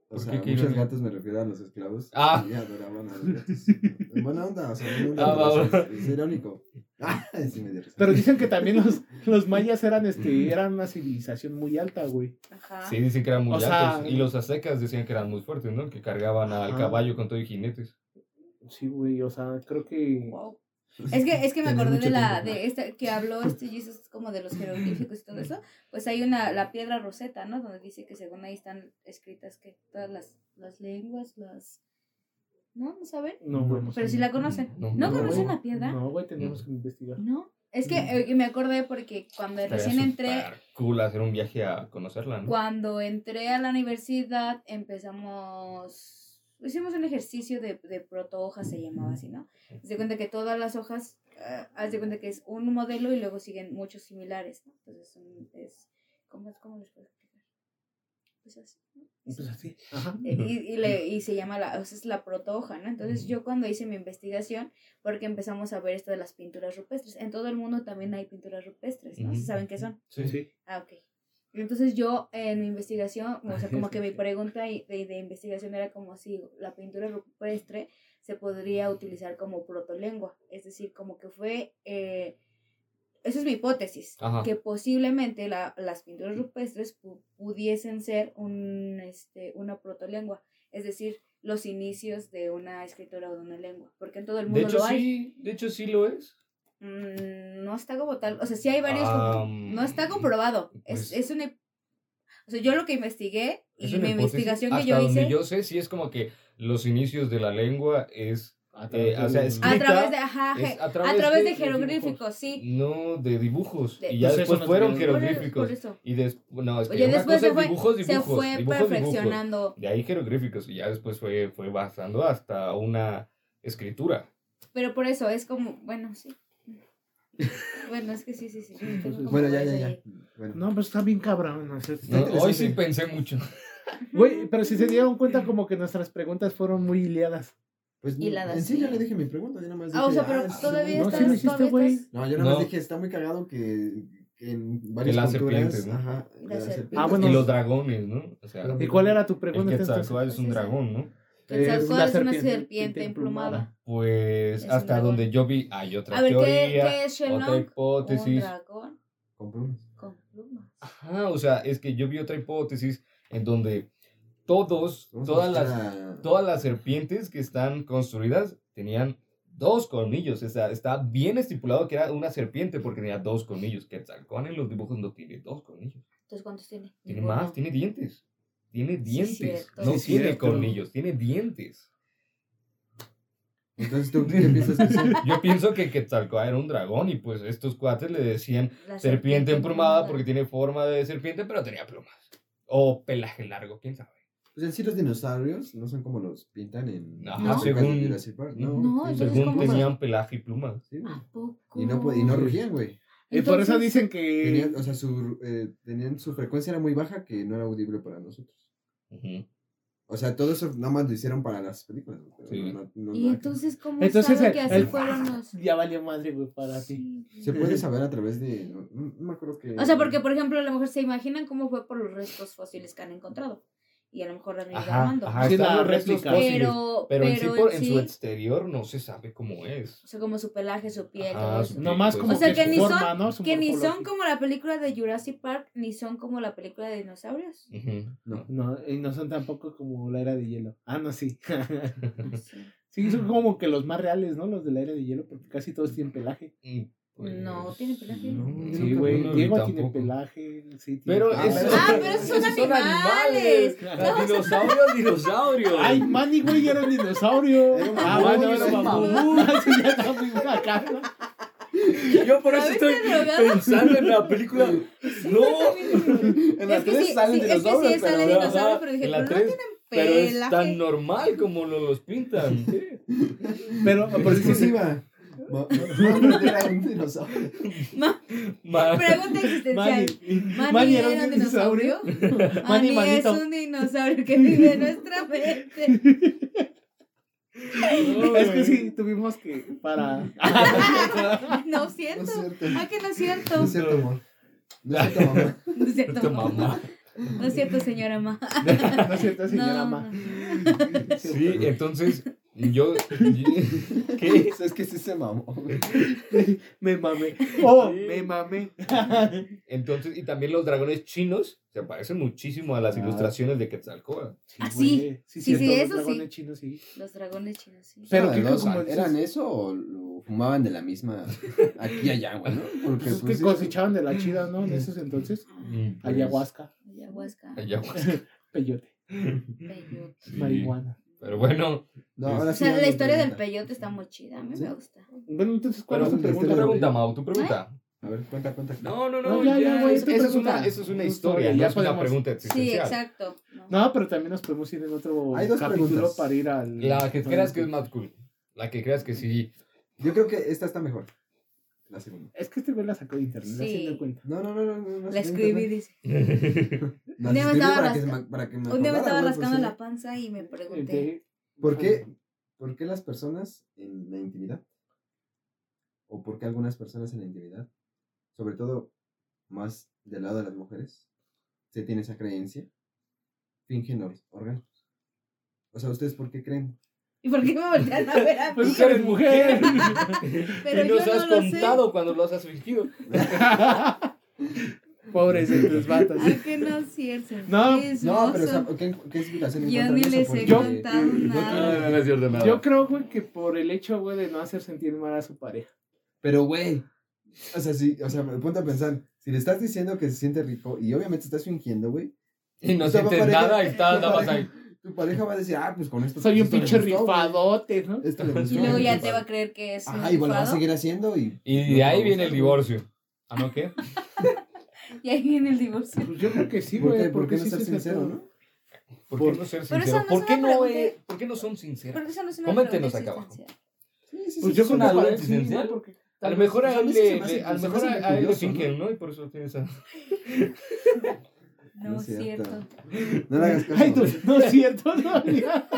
O
¿Por
sea,
qué qué
muchos
ironía?
gatos me refiero a los esclavos
Ah.
y adoraban a los gatos. En buena onda, o sea, no
Ah, va, va.
es, es irónico. Ah, sí me dio risa.
Pero dicen que también los, los mayas eran, este, eran una civilización muy alta, güey.
Ajá.
Sí, dicen que eran muy
O sea- eh.
altos. Y los aztecas decían que eran muy fuertes, ¿no? Que cargaban al
Ajá.
caballo con todo y jinetes.
Sí, güey, o sea, creo que...
Wow. Es que, es que me
Tenía
acordé
mucho
de la
tiempo.
de esta que habló este Jesus como de los jeroglíficos y todo eso. Pues hay una, la piedra roseta, ¿no? Donde dice que según ahí están escritas que todas las, las lenguas, las. ¿No? ¿No saben?
No, güey. no
Pero
sé.
si la conocen.
No,
¿No
no,
conocen
güey.
la piedra? eh.
No, güey, tenemos que investigar.
No. Es que eh, me acordé porque cuando
Estaría
recién entré,
súper cool hacer un viaje a conocerla, ¿no?
Cuando entré a la universidad empezamos, hicimos un ejercicio de, de proto hojas, se llamaba así, ¿no? Haz de cuenta que todas las hojas, ah, haz de cuenta que es un modelo y luego siguen muchos similares, ¿no? Entonces un- es, ¿cómo, cómo les puedo explicar? Pues así, ¿no?
Pues así. Ajá.
Eh, Y, y le- y se llama la, o sea, es la protohoja, ¿no? Entonces yo cuando hice mi investigación, porque empezamos a ver esto de las pinturas rupestres, en todo el mundo también hay pinturas rupestres, ¿no?
Ujú.
¿Sí ¿Saben qué son?
Sí,
Sí.
Ah, ok. Entonces yo en mi investigación, o sea,
Así
como
es,
que mi
así es.
pregunta y- de, de investigación era como si la pintura rupestre se podría utilizar como protolengua, es decir, como que fue, eh, esa es mi hipótesis,
Ajá.
que posiblemente la- las pinturas rupestres pu- pudiesen ser un, este, una protolengua, es decir, los inicios de una escritura o de una lengua, porque en todo el
De
mundo
hecho,
lo hay.
sí, de hecho, sí lo es.
Mm, no está como tal. O sea, sí hay varios. compro-
Am,
no está comprobado. es,
pues-
es una. O sea, yo lo que investigué
Es
y
una
mi
hipótesis.
investigación que
Hasta
yo hice.
donde yo sé, sí es como que los inicios de la lengua es,
A
eh, o sea,
de-
es-
a
explica,
través de. ajá,
es
je- a través, de,
dibujos.
jeroglíficos, sí.
no de dibujos.
De-
Y ya
Pues eso
después
no
fueron
sabía.
Por,
jeroglíficos.
por eso.
Y des- no, es que
Oye,
una
después
cosa
se
es
fue,
dibujos,
se
dibujos,
fue
dibujos, dibujos.
perfeccionando.
De ahí jeroglíficos y ya después fue, fue basando hasta una escritura.
Pero por eso es como. Bueno, sí. Bueno, es que sí, sí, sí. tengo
Entonces-
como
Bueno, ya, ya,
varios
ya.
ahí.
Bueno.
No, pues está bien cabrón. o sea, está
No,
interesante.
hoy sí pensé mucho.
Güey, pero si se dieron cuenta como que nuestras preguntas fueron muy liadas.
Pues
Y la das,
en sí yo
sí.
le dije mi pregunta, yo nada más dije.
Ah, o sea, pero
ah, sí,
todavía
no,
no,
sí
estás.
lo hiciste,
todavía
güey.
estás-
No, yo nada más
No.
dije, está muy cagado que, que en varias
las
culturas,
serpientes, ¿no?
ajá,
Las
las
serpientes.
serpientes.
Ah, bueno.
Y los dragones, ¿no? O sea,
Pero-
¿Y cuál era tu
el
pregunta? entonces?
Quetzalcóatl es un dragón, ¿no?
El
Eh, Es
Quetzalcóatl
la
es una
serpiente
serpiente emplumada.
Pues
Es un
hasta
dragón.
donde yo vi hay otra
A ver, ¿qué,
teoría,
qué es
otra
Shenlong? Un
hipótesis. Ah.
dragón.
Con plumas.
Con plumas.
Ajá, o sea, es que yo vi otra hipótesis en donde todos,
Vamos a
todas
buscar
las,
a-
todas las serpientes que están construidas tenían dos colmillos. O sea, está bien estipulado que era una serpiente porque tenía dos colmillos. Que en los dibujos no tiene dos colmillos.
Entonces, ¿cuántos tiene?
Tiene
Ninguno.
más, tiene dientes. Tiene dientes.
cierto.
no
Sí,
tiene
cierto.
colmillos, tiene dientes.
Entonces tú qué piensas que son?
Yo pienso que Quetzalcoatl era un dragón y pues estos cuates le decían
La
serpiente emplumada porque tiene forma de serpiente, pero tenía plumas. O pelaje largo, quién sabe.
Pues en sí los dinosaurios no son como los pintan en
Ajá,
las películas
según-
de Jurassic Park, no.
No,
Sí,
entonces,
Según
¿cómo
tenían pelaje y plumas.
sí, güey.
¿A poco?
y no pod- y no rugían, güey.
Y por eso
Entonces,
dicen que...
Tenían, o sea, su eh, tenían su frecuencia era muy baja que no era audible para nosotros.
Ujú.
O sea, todo eso nada más lo hicieron para las películas. güey, pero
Sí.
no- no-
¿Y
no-
entonces cómo
Entonces
saben
el-
que así
el-
fueron los...?
Ya valió madre, güey, para ti.
Sí.
se puede saber a través de no, no me acuerdo que
O sea, porque, por ejemplo, a lo mejor se imaginan cómo fue por los restos fósiles que han encontrado. Y a lo mejor han ido
Ajá,
armando.
ajá,
Sí,
están
la
los restos
réplica.
fósiles, Pero,
Pero, pero,
en sí, por- en
en sí,
su exterior no se sabe cómo es.
o sea, como su pelaje, su piel,
Ajá,
todo
su
eso.
Nomás como
O
pues,
sea, que
su
ni
forma,
son-
¿no? Su
Que ni son
morfología.
como la película de Jurassic Park, ni son como la película de dinosaurios.
Ujú.
No.
No, y no son tampoco como la era de hielo. Ah, no, sí.
Sí.
sí, son como que los más reales, ¿no? Los de la era de hielo, porque casi todos tienen pelaje.
Mm, pues,
No, ¿tiene pelaje?
no,
Sí,
nunca-
güey.
no lo vi
Diego tiene
tampoco.
pelaje. Sí, tiene
Pero
pelaje.
eso-
Ah, pero esos son animales.
No,
Dinosaurios, dinosaurios.
Ay, Manny, güey, era un dinosaurio.
Era un
Ah,
mamut,
bueno,
era
era
un
un mamut. Así ya está muy acá, ¿no?
Yo por eso
¿Ya
estoy
viste drogado?
pensando en la película. No, en la
Es que
3
sí,
salen
sí, es que sí
dinosaurios.
salen
pero,
dinosaurios,
ajá,
pero dije,
en la
pero no
tres, pero es
Pelaje.
tan normal como lo, los pintan.
Pero, pero sí, sí.
exclusiva. Ma- ma- era un dinosaurio.
Ma-
Ma-
Pregunta
Manny,
existencial. ¿Manny,
Manny
era un dinosaurio?
Manny,
Manny, es
manito.
un dinosaurio que vive en nuestra mente.
Es que sí, tuvimos que para.
No es
No es
cierto.
cierto.
Ah, que no es cierto.
No es cierto, amor. No es cierto, mamá.
No es cierto,
Esta mamá.
mamá. No es cierto, señora ma.
no es cierto, señora
No,
Ma.
no.
Sí, entonces Yo.
¿Qué? Es que sí se mamó. güey.
Me mamé. Oh,
Sí.
me mamé.
Entonces, y también los dragones chinos se parecen muchísimo a las
Ah.
ilustraciones de Quetzalcóatl.
Ah, sí.
güey. Sí,
Sí, sí,
cierto,
eso
los
sí.
dragones chinos, sí.
Los dragones chinos, sí.
Pero
Nada,
creo que
los-
como
¿Eran
dices-
eso o lo fumaban de la misma aquí y allá, güey, no? Porque
Pues es
pues,
que
sí, Pues,
cosechaban de la chida, ¿no? En esos entonces. pues. Ayahuasca,
Ayahuasca,
Ayahuasca.
peyote,
peyote.
Sí.
marihuana.
Pero bueno,
no, ahora
O
sí
sea,
ya
la
no
historia del
cuenta.
peyote está muy chida, a mí
¿Sí?
me gusta.
Bueno, entonces, ¿cuál
pero
es tu
tu pregunta,
pregunta?
pregunta Mau, tu pregunta.
A ver, cuenta, cuenta.
No, no,
No,
no,
ya,
ya,
ya, güey,
es-
tu
esa, es
pregunta.
una, esa es una
Tu
historia,
historia,
ya
ya
es una
podemos-
pregunta
Sí,
existencial.
exacto. ¿no?
No, pero también nos podemos ir en otro
Hay dos
capítulo
preguntas.
para ir al.
La que creas que es más cool. La que creas que sí.
Yo creo que esta está mejor. La segunda.
Es que este güey la sacó de internet,
Sí.
así me cuenta.
No, no, no, no. no, no
La escribí, dice.
La
Un día me
escribí
estaba
para que, se
rasca-
me- para que me
Un día me
acordara,
estaba
güey, pues,
rascando
sí.
la panza y me pregunté.
Ok.
¿Por qué,
pues,
¿Por qué las personas en la intimidad? ¿O por qué algunas personas en la intimidad? Sobre todo, más del lado de las mujeres, se tiene esa creencia. Fingen or- orgasmos. O sea, ¿ustedes por qué creen?
¿Y por qué me voltean a ver a
Pues
mí?
tú eres mujer.
Pero
y
yo
nos
no
has
lo
contado cuando los has fingido.
Pobres de tus vatos.
sé. Ay, que no es cierto.
No,
No, pero o sea, ¿qué, qué explicación
Yo
encuentran
ni
eso?
les he
Porque-
Yo-
contado nada.
no es cierto
Ah.
nada.
Yo creo, güey, que por el hecho, güey, de no hacer sentir mal a su pareja.
Pero, güey. O sea, sí, o sea, me ponte a pensar. Si le estás diciendo que se siente rico y obviamente estás fingiendo, güey,
Y no
O sea,
sientes
pareja-
nada y estás nada más ahí.
tu pareja va a decir, ah, pues con esto.
Soy un
esto le
pinche
gustó, güey.
rifadote, ¿no?
Esto le gustó,
Y luego
güey.
ya te va a creer que es un
Ah, igual lo va a
enfado.
seguir haciendo y.
Y de ahí viene el divorcio. ¿Ah, no qué?
Y ahí viene el divorcio.
Pues yo creo que sí,
¿Por
güey.
qué, por
porque
qué no
sí
ser
se
sincero,
trató.
no?
¿Por
Por-
qué no ser
Pero eso
sincero?
no
¿Por
es
qué
una
no,
pregunta-
eh, ¿Por qué no son sinceros?
Porque eso no es una
Coméntenos
pregunta
acá abajo.
existencial.
Sí, sí,
Pues
sí,
yo
sí,
creo
una
que
duda
para-
existencial.
sí, porque-
A lo mejor a
Pues a
él
mí se me
le,
hace-
le- a lo
se me
mejor
hace
a, a él le
curioso,
fingen, ¿no? Y por eso tiene esa.
No, es cierto.
No le hagas caso.
Ay, tú, no es cierto, no. ya.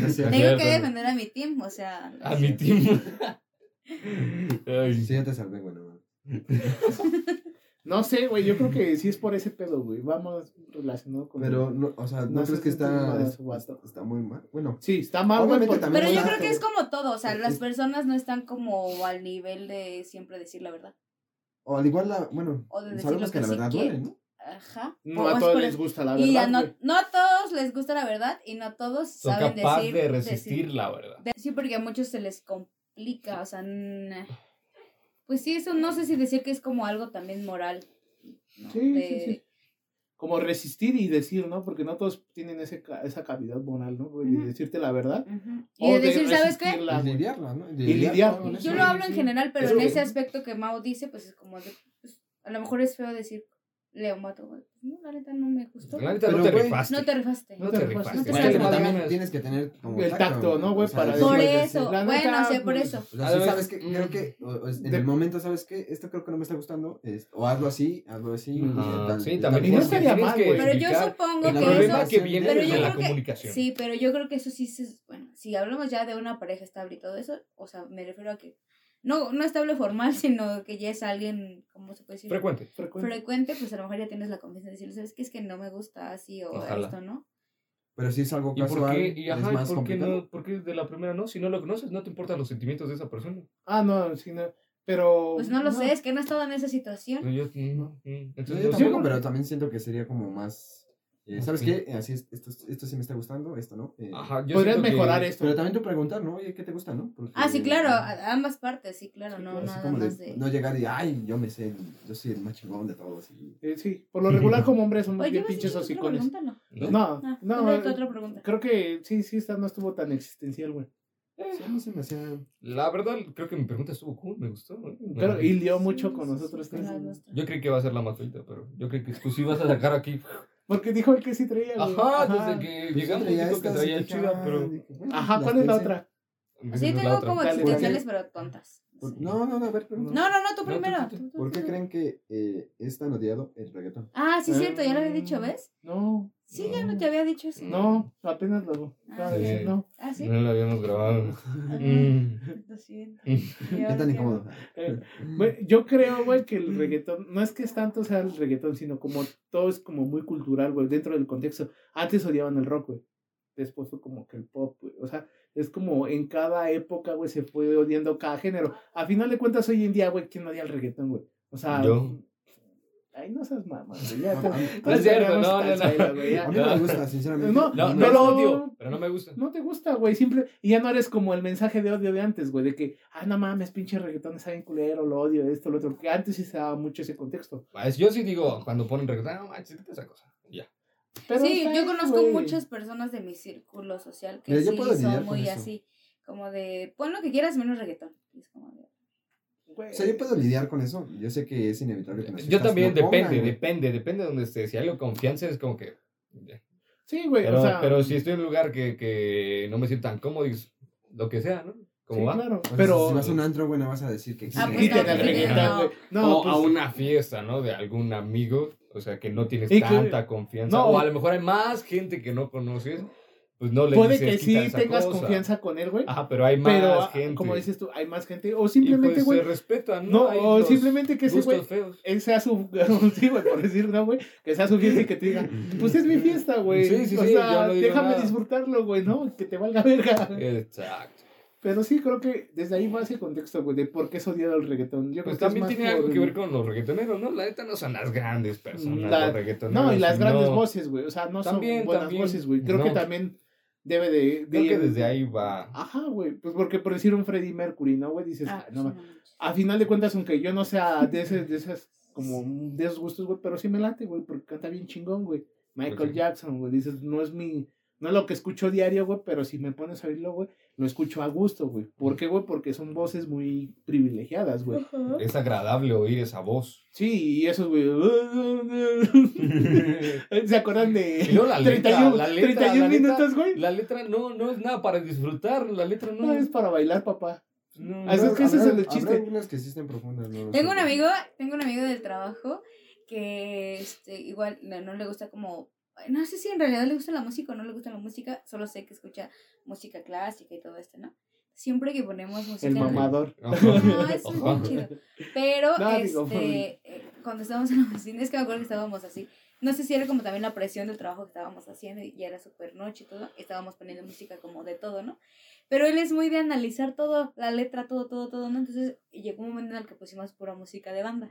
No es
Tengo
cierto.
que
Cierto.
defender a mi team, o sea.
A mi team. Ay,
Sí, ya te salvé, güey, no mames.
No sé, güey. Yo creo que sí es por ese pedo, güey. Vamos relacionado con.
Pero, no, o sea, ¿no
No
crees
se
que
siente mal
está,
a su vato.
está muy mal? Bueno,
Sí, está mal, güey.
Obviamente
porque-
también
Pero yo
Bueno,
creo que es como todo, o sea,
es-
las
es-
personas no están como al nivel de siempre decir la verdad.
o al igual, la, bueno,
O de decir
sabemos
lo
que
que
la
sí
verdad
quiere.
duele, ¿no?
Ajá.
No
O
a
es
todos
por
les
eso.
gusta la
Y ya
verdad.
no,
güey.
no a todos les gusta la verdad y no a todos
Son
saben
capaz
decir.
de
decir-
resistir la verdad.
de- sí, porque a muchos se les complica, o sea. n- Pues sí, eso no sé si decir que es como algo también moral. ¿no?
Sí, sí,
De-
sí. Como resistir y decir, ¿no? Porque no todos tienen ese, ca- esa cavidad moral, ¿no? güey? De
Ujú.
decirte la verdad.
Ujú.
o
Y de decir, ¿sabes qué?
resistirla,
Y
güey.
lidiarla, ¿no?
Y lidiar.
con eso.
Yo lo hablo en
sí.
general, pero
Es
en
que-
ese aspecto que Mao dice, pues es como de, pues, a lo mejor es feo decir, Leo mato, güey. Pues, No, la neta no me gustó.
La neta
Pero,
no te
güey,
rifaste.
No te pues, rifaste.
No te
No te
rifaste.
rifaste.
Vale,
Pero
Vale,
más
también
ganas.
tienes que tener como
El tacto, ¿no, güey?
O sea,
Para
sí,
Por
decirle,
eso,
la
bueno,
neta,
sé, por
pues,
eso.
O sea,
A
sí
ver,
sabes que,
mm.
creo que, o- o es- en
De-
el momento, ¿sabes qué? Esto creo que no me está gustando. es- o hazlo así, hazlo así.
Ajá.
y Ah, tal,
Sí,
y
también
tal.
Y no
tienes que-
estaría
tienes
mal,
que
güey.
Pero yo
explicar
supongo
el
que
problema
eso-
que viene
Pero yo
de la
creo que-
comunicación.
Sí, pero yo creo que eso sí se... Bueno, si hablamos ya de una pareja estable y todo eso, o sea, me refiero a que... No, no estable formal, sino que ya es alguien, ¿cómo se puede decir?
Frecuente.
frecuente.
Frecuente, pues a lo mejor ya tienes la confianza de decirle, ¿sabes qué? Es que no me gusta así o
Ojalá.
esto, ¿no?
Pero si es algo
¿Y por
casual,
qué? Y,
es
ajá, ¿y
más
¿por, qué
complicado.
no, ¿Por qué de la primera no? Si no lo conoces, no te importan los sentimientos de esa persona.
Ah, no, sí, no. Pero.
Pues no lo sé, es que no he estado en esa situación.
Pero yo, mm, mm,
No,
entonces,
yo
no sé.
tampoco, pero también siento que sería como más. eh, ¿Sabes
Ok.
qué? Eh, Así es, esto, esto sí me está gustando, esto no. Eh,
Ajá, yo
Podrías
siento que-
mejorar esto.
Pero también tú preguntar, ¿no? Oye, ¿qué te gusta, no? Porque-
Ah, sí, claro, a- ambas partes, sí, claro,
Sí,
no,
claro,
eh. así
nada
como de
más de...
No llegar y, ay, yo me sé, yo soy el más chingón de todos. y-
Eh, sí, por lo regular como hombres somos
Oye,
bien
¿vas a
pinches
hacer otra
hocicones.
pregunta? No,
¿No?
No,
Ah,
no,
¿cuál era
eh,
tu otra pregunta.
creo que sí, sí, esta no estuvo tan existencial, güey.
Sí, a mí se me hacía-
La verdad, creo que mi pregunta estuvo cool, me gustó. ¿eh?
Pero, y lió
Sí,
mucho
sí,
con
sí,
nosotros este
sí,
tres.
la nuestra.
Yo creí que va a ser la más feita, pero yo creo que tú sí vas a sacar aquí.
Porque dijo el que sí traía, güey.
Ajá, desde que llegamos
Pues Traía
dijo que
estas y
traía
dije,
chida,
ah,
pero...
dije, bueno,
Ajá,
las
¿cuál es la
pensé.
otra?
Sí,
la
tengo
otra.
como
Dale,
existenciales, pero tontas.
Por-
Sí.
No, no, no, a ver, pero-
No, no, no, tú
No,
primero.
tú, tú, tú.
¿Por qué creen que eh, es tan odiado el reggaetón?
Ah, sí, es cierto, ya lo había
Mm.
dicho, ¿ves?
No,
Sí, ya no te había dicho eso.
no, apenas lo.
Ah,
no,
sí.
no.
Ah,
Mm.
sí. Ah,
No la habíamos grabado. Mm.
Lo siento.
Mm.
¿Y
¿Qué
ahora
tan
qué
incómodo?
Eh, Güey, yo creo, güey, que el reggaetón, no es que es tanto sea el reggaetón, sino como todo es como muy cultural, güey, dentro del contexto. Antes odiaban el rock, güey. Después fue como que el pop, güey. O sea, es como en cada época, güey, se fue odiando cada género. A final de cuentas, hoy en día, güey, ¿quién odia el reggaetón, güey? O sea.
Yo.
Ay, no seas mamá, güey. Ya te-
No
ya
es cierto,
llegamos
no,
tan
no, no.
chaira, güey, ya.
A mí no me gusta, sinceramente.
No,
No, no
pero-
lo odio, pero no me gusta.
No te gusta, güey, simple. Y ya no eres como el mensaje de odio de antes, güey, de que, ah, no mames, pinche reggaetón está bien culero, lo odio, esto, lo otro. Que antes sí se daba mucho ese contexto.
Ah, es- Yo sí digo, cuando ponen reggaetón, "Ah, no manches, quita esa cosa. Ya.
Pero
sí,
está
yo
bien,
conozco
güey.
muchas personas de mi círculo social que
Mira, yo
sí
puedo lidiar
son
con
muy
eso.
así, como de, pon lo que quieras menos reggaetón. Y es como de,
Güey.
O sea, yo puedo lidiar con eso. Yo sé que es inevitable que las
Yo
fiestas
también,
lo pongan,
depende,
güey.
depende, depende de donde esté. Si hay algo confianza, es como que. ya.
Sí, güey,
Pero,
o sea. mm.
pero si estoy en un lugar que, que no me siento tan cómodo, es lo que sea, ¿no? Como
sí,
va.
claro.
O sea,
Pero.
Si vas a un antro, güey, no vas a decir que
Ah,
existe.
pues
Quiten
no,
el
sí,
reggaetón,
no.
güey. No,
o
pues,
a una fiesta, ¿no? De algún amigo, o sea, que no tienes
Y que-
tanta confianza.
no.
o a lo mejor hay más gente que no conoces, pues no le
Puede
dices,
que
"Quita
sí
esa
tengas
cosa".
confianza con él, güey.
Ajá, pero hay más
Pero, ah,
gente.
como dices tú, hay más gente. O
Y,
simplemente,
pues,
güey.
se respetan, ¿no?
no,
Hay
o
los
simplemente que ese
gustos
güey.
feos.
Él sea su. sí, güey, por decir, no, güey. Que sea su fiesta y que te diga, pues es mi fiesta, güey.
Sí, sí,
o
sí, yo
sea,
no digo
déjame
nada.
disfrutarlo, güey, ¿no? Que te valga verga.
Exacto.
Pero sí, creo que desde ahí va ese contexto, güey, de por qué es odiado el reggaetón. Yo creo
Pues
que es
también
más
tiene
por-
algo que ver con los reggaetoneros, ¿no? La neta no son las grandes personas
La-
los reggaetoneros.
No, y las grandes
no.
voces, güey. O sea, no
También,
son buenas
también.
voces, güey. Creo
No.
que también debe de.
Creo
de-
que desde ahí va.
Ajá, güey. Pues porque por decir un Freddie Mercury, ¿no, güey? Dices,
ah,
"Ah, no,
pues,
ma-".
no manches.
A final de cuentas, aunque yo no sea de, ese, de esas, como de esos gustos, güey, pero sí me late, güey, porque canta bien chingón, güey. Michael
Pues sí.
Jackson, güey. Dices, no es mi. No es lo que escucho diario, güey, pero si me pones a oírlo, güey, lo escucho a gusto, güey. ¿Por qué, güey? Porque son voces muy privilegiadas, güey.
eh,
Ajá.
Es agradable oír esa voz.
Sí, y esos, güey. ¿Se acuerdan de
Y luego la letra,
31,
la letra,
31
la letra. Mm.
minutos, güey?
La letra no, no es nada para disfrutar, la letra no,
No es para bailar, papá.
no-
Ah, es que ese es el
Habrá-
chiste.
habrá algunas que sí estén profundas, no lo
pues, Tengo
sé.
un amigo, tengo un amigo del trabajo que este, igual no, no le gusta como, no sé si en realidad le gusta la música o no le gusta la música, solo sé que escucha música clásica y todo esto, ¿no? Siempre que ponemos música...
El
en la-
mamador.
No, eso es
Ajá.
bien chido. Pero
No,
este,
digo,
eh, cuando estábamos en la oficina, es que me acuerdo que estábamos así. No sé si era como también la presión del trabajo que estábamos haciendo y ya era súper noche y todo. Estábamos poniendo música como de todo, ¿no? Pero él es muy de analizar todo, la letra, todo, todo, todo, ¿no? Entonces llegó un momento en el que pusimos pura música de banda.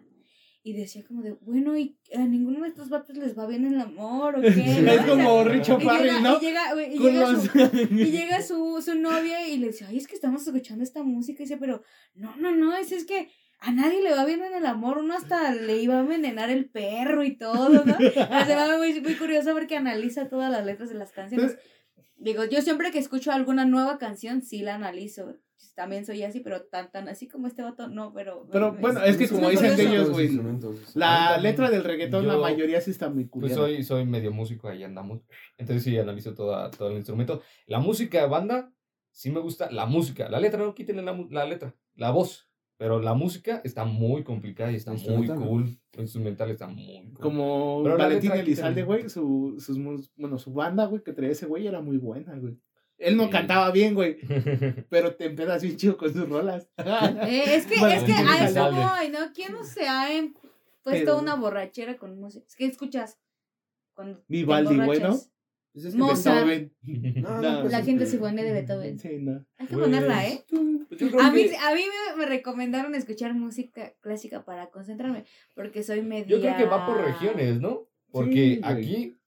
Y decía como de, bueno, ¿y a ninguno de estos vatos les va bien el amor o qué? ¿No?
Es
O sea,
como Richo
y
Farrell,
llega-
¿no?
Y llega, güey, y
Con
llega su-
los-
y llega su, su novia y le dice, ay, es que estamos escuchando esta música. Y dice, pero no, no, no, es, es que a nadie le va bien en el amor. Uno hasta le iba a envenenar el perro y todo, ¿no? O sea, me muy, muy curioso porque analiza todas las letras de las canciones. Digo, yo siempre que escucho alguna nueva canción, sí la analizo. También soy así, pero tan, tan así como este vato, no, pero...
Pero,
me-
bueno, es que
es
como
muy
dicen de
curioso.
ellos, güey.
Instrumentos.
La
Ahorita
letra del reggaetón, la
yo-
mayoría sí está muy
Pues
curiosa.
soy, soy medio músico, ahí andamos. Entonces sí, analizo toda, todo el instrumento. La música de banda, sí me gusta. La música, la letra, no quítenle la, mu- la letra, la voz. Pero la música está muy complicada y está muy
Instrumental, ¿no?
cool. El instrumental está muy cool.
Como
Pero la
Valentín
letra aquí
Elizalde,
también.
güey, su, sus, mus- bueno, su banda, güey, que traía ese güey era muy buena, güey. Él no
Sí.
cantaba bien, güey, pero te empedas bien chido con sus rolas.
Eh, es que, es que
Valentín
a eso
Elizalde.
voy, ¿no? ¿Quién no se ha em- puesto
Pero-
una borrachera con música? Es que escuchas cuando te
Vivaldi, güey, ¿no?
emborrachas.
Pues es que
Mozart.
Beethoven.
No,
La-
no, pues
La
es
gente
que-
se pone de Beethoven.
Sí, no.
Hay que ponerla, ¿eh?
Pues yo creo
A mí,
que-
a mí me, me recomendaron escuchar música clásica para concentrarme, porque soy media...
Yo creo que va por regiones, ¿no? Porque
Sí, güey.
aquí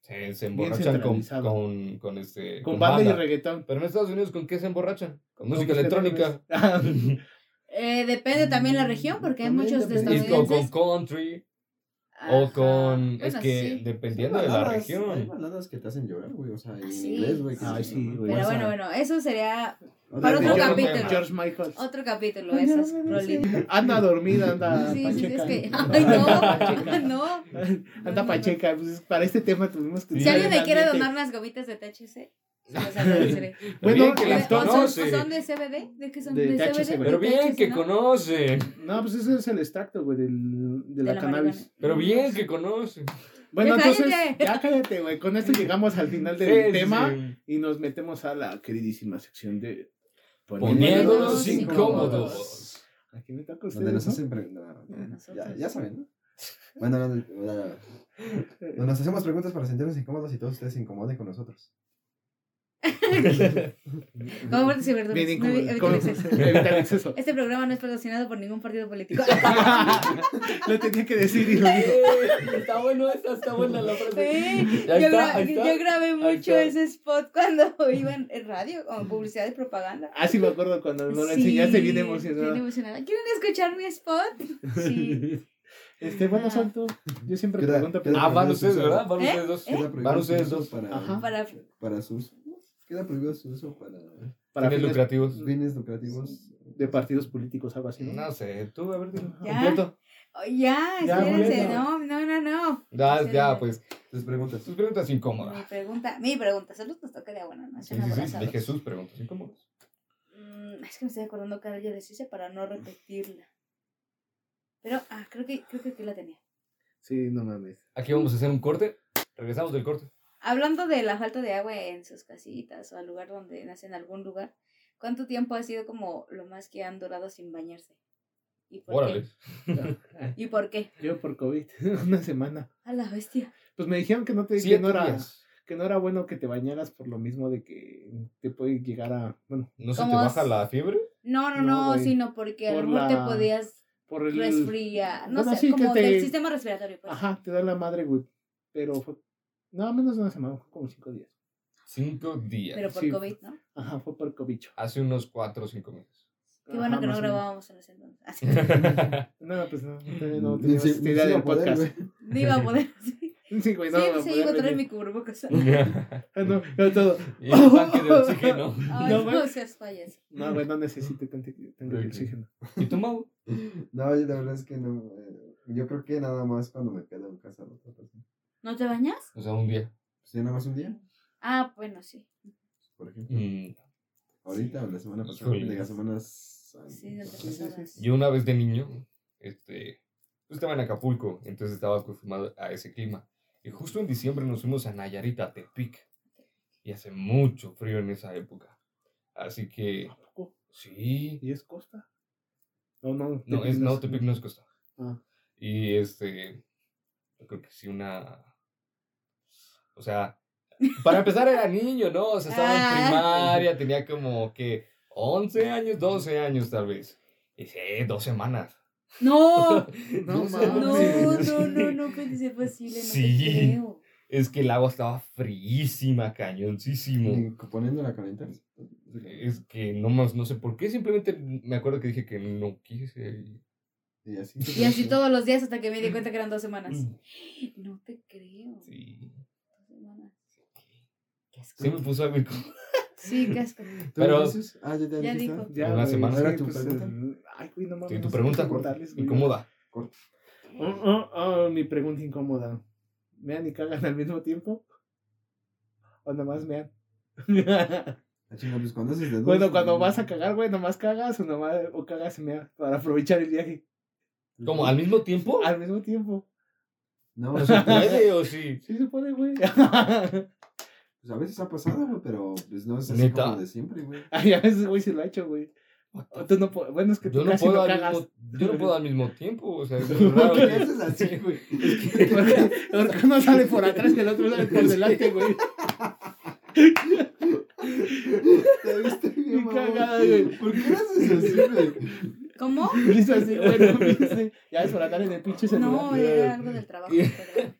se, se emborrachan con,
centralizado.
con, con este.
Con banda y reggaetón.
Pero en Estados Unidos, ¿con qué se emborrachan? Con música
Con Ah,
electrónica.
Eh, depende también la región, porque hay
También
muchos de
depende.
Y con,
estadounidenses...
con country. O
Ajá.
con. es
Bueno,
que
sí.
dependiendo de la
Baladas, Hay
eh,
región.
baladas que te hacen llorar, güey. O sea, en
Ah, sí.
inglés, güey. que
Ay,
dices,
sí,
"No,
güey.
Pero
o sea,
bueno, bueno, eso sería
otra
para
vez
otro
yo-
capítulo.
George Michael.
otro capítulo, esas rolitas.
Anda dormida, anda
Sí, sí, sí, es
pacheca.
que... Ay, no, no.
Anda pacheca. Pues para este tema tuvimos que...
Sí.
Si alguien me quiere
Ambiente.
donar unas gomitas de THC, se las agradeceré.
Bueno, eh,
bien que las
entonces-
¿Son,
conoce.
son de CBD? ¿De qué son?
De
¿De,
THC,
CBD?
güey.
Pero bien
THC,
que
¿no?
conoce.
No, pues ese es el extracto, güey, del, de, la, cannabis.
marihuana. Mm.
Pero bien que conoce.
Bueno,
Ya
entonces,
cállate.
ya cállate, güey. Con esto llegamos al final
Sí,
del
sí,
tema
sí.
y nos metemos a la queridísima sección de
Poniéndonos
Poniéndonos
incómodos.
Aquí me toca a
Donde
ustedes.
nos
¿no?
hacen preguntas. no, no,
Nosotros.
Ya, ya saben, ¿no? Bueno, no, no, no, no, no. nos hacemos preguntas para sentirnos incómodos y todos ustedes se incomoden con nosotros.
Como muertes y verduras.
Vienen
No
como-
evi- evita
como-
el exceso.
evita el exceso.
Este programa no es patrocinado por ningún partido político.
Lo tenía que decir y lo dijo.
Eh, Está bueno esta, está buena la frase.
Sí,
Ya
yo,
está,
gra-
ahí está,
yo grabé mucho
está.
ese spot cuando iban en radio, como publicidad y propaganda.
Ah, sí me acuerdo cuando nos lo
Sí,
enseñaste bien
bien
emocionado.
emocionada. ¿Quieren escuchar mi spot? Sí.
Este, bueno, Santo, yo siempre
Queda-
pregunto.
queda-
pero-
Ah, van ustedes, ¿verdad? Van
¿Eh?
ustedes dos.
Queda prohibido
Van
su
ustedes
uso
dos.
Para,
Ajá.
Para Oh,
para sus. Queda prohibido su uso para
para
Fines
fines
lucrativos.
fines lucrativos.
de partidos políticos, algo así. ¿no?
No sé, tú, a ver, dilo.
Ya.
Completo.
Oh, ya,
Ya,
espérense,
bueno.
no, no, no, no.
Ya,
Sí,
ya,
sí.
pues.
Tus preguntas.
Sus preguntas
Mi
incómodas.
pregunta, mi pregunta, solo nos toca de agua, no, no, es
Sí,
una
sí, sí.
abrazada.
De Jesús, preguntas incómodas.
Mm, es que me estoy acordando que yo les hice para no repetirla. Pero, ah, creo que, creo que aquí la tenía.
Sí, no mames.
Aquí vamos a hacer un corte. Regresamos del corte.
Hablando de la falta de agua en sus casitas o al lugar donde nacen, algún lugar, ¿cuánto tiempo ha sido como lo más que han durado sin bañarse? ¿Y por
Órale.
qué? ¿Y por qué?
Yo por COVID, una semana.
A la bestia.
Pues me dijeron que no te que
Siete
no era,
días.
que no era bueno que te bañaras por lo mismo de que te puede llegar a, bueno,
¿No se te
Como
baja
s-
la fiebre?
No,
No,
no, no,
güey.
sino porque a lo
Por
mejor
la-
te podías
por el
resfriar. No
Bueno,
sé,
sí, que
como
te-
del sistema respiratorio. Pues.
Ajá, te da la madre, güey. Pero fue nada menos de una semana, fue como cinco días.
Cinco días.
Pero por
Sí.
COVID, ¿no?
Ajá, fue por cobicho.
Hace unos cuatro o cinco meses.
Qué bueno
Ajá,
que no
más o menos.
grabábamos en ese entonces. Así.
No, pues no, todavía no
Ni
teníamos
si- ni
idea
si iba
del
a poder,
podcast.
güey.
No iba a poder. Sí,
Sí, güey, Pues no.
sí, pues
iba a
sí,
poder
iba a traer
venir.
mi cubrebocas.
y
Ah, no, no, todo.
el tanque de oxígeno.
Ay,
No,
no,
güey.
seas payaso.
No, güey, no necesité tanto, tanto
Ok.
oxígeno.
¿Y tú, Mau?
No, yo la verdad es que no. eh, yo creo que nada más cuando me quedo en casa. ¿no? Pues
¿No te bañas?
O sea, un día.
ya nada más un día,
Ah, bueno, sí.
por ejemplo.
Mm,
Ahorita o la semana pasada.
Híjole.
De las semanas.
Sí, no te
Sí, sí,
pasabas.
Yo una vez de niño, este, yo estaba en Acapulco, entonces estaba acostumbrado a ese clima. Y justo en diciembre nos fuimos a Nayarit, a Tepic. Y hace mucho frío en esa época. Así que,
¿A poco?
sí,
¿Y es costa? No, no.
No, es, no, Tepic no es costa.
Ah.
Y este, yo creo que sí una, o sea, para empezar era niño, ¿no? O sea, estaba en
Ah.
primaria, tenía como que 11 años, 12 años tal vez. Y sí, dos semanas.
No,
No,
no, no,
mames.
no, no puede ser posible. No
Sí.
te creo.
Es que el agua estaba fríísima, cañoncísimo.
Y Poniéndola a calentar.
Es que no más, no sé por qué, simplemente me acuerdo que dije que no quise. ir.
Y así.
Y así todos los días hasta que me di cuenta que eran dos semanas.
Mm.
No te creo.
mm, Sí.
Dos semanas. Qué asco.
Sí me puso algo incómodo.
Sí, qué asco.
¿Tú
Pero-
entonces? Ah, ya, te
Ya
dijiste.
dijo.
Ya,
Una
güey,
semana.
sí,
¿Era tu
pues,
pregunta?
eh, Ay, güey, no mames.
Sí,
no
tu
sé
pregunta
qué contarles, güey.
incómoda.
Oh, oh, oh, mi pregunta incómoda. ¿Mean y cagan al mismo tiempo? ¿O nomás mean?
Ah, chinga, pues, cuando haces de dos,
bueno, cuando vas a cagar, güey, nomás cagas o nomás o cagas y mean para aprovechar el viaje.
¿Cómo? ¿Al mismo tiempo?
Al mismo tiempo.
pues, No,
¿No
pues,
se puede o sí?
Sí se puede, güey.
pues, a veces ha pasado, güey, pero pues no es así
¿Neta?
como de siempre, güey.
Ay, a veces, güey, se lo ha hecho, güey. O tú no po- bueno, es que tú
Yo no,
casi
puedo
no
al
cagas.
mismo, yo no puedo al mismo tiempo, o sea, es muy
¿Por
raro.
qué haces así, güey?
Porque, porque uno sale por atrás y el otro sale por delante, güey.
Te viste bien,
Bien
mamón.
cagada, güey.
¿Por qué haces así, güey?
¿Cómo?
Y hizo así, güey, no mames. Ya es por andar en el pinche celular.
No, era algo del trabajo. perdón.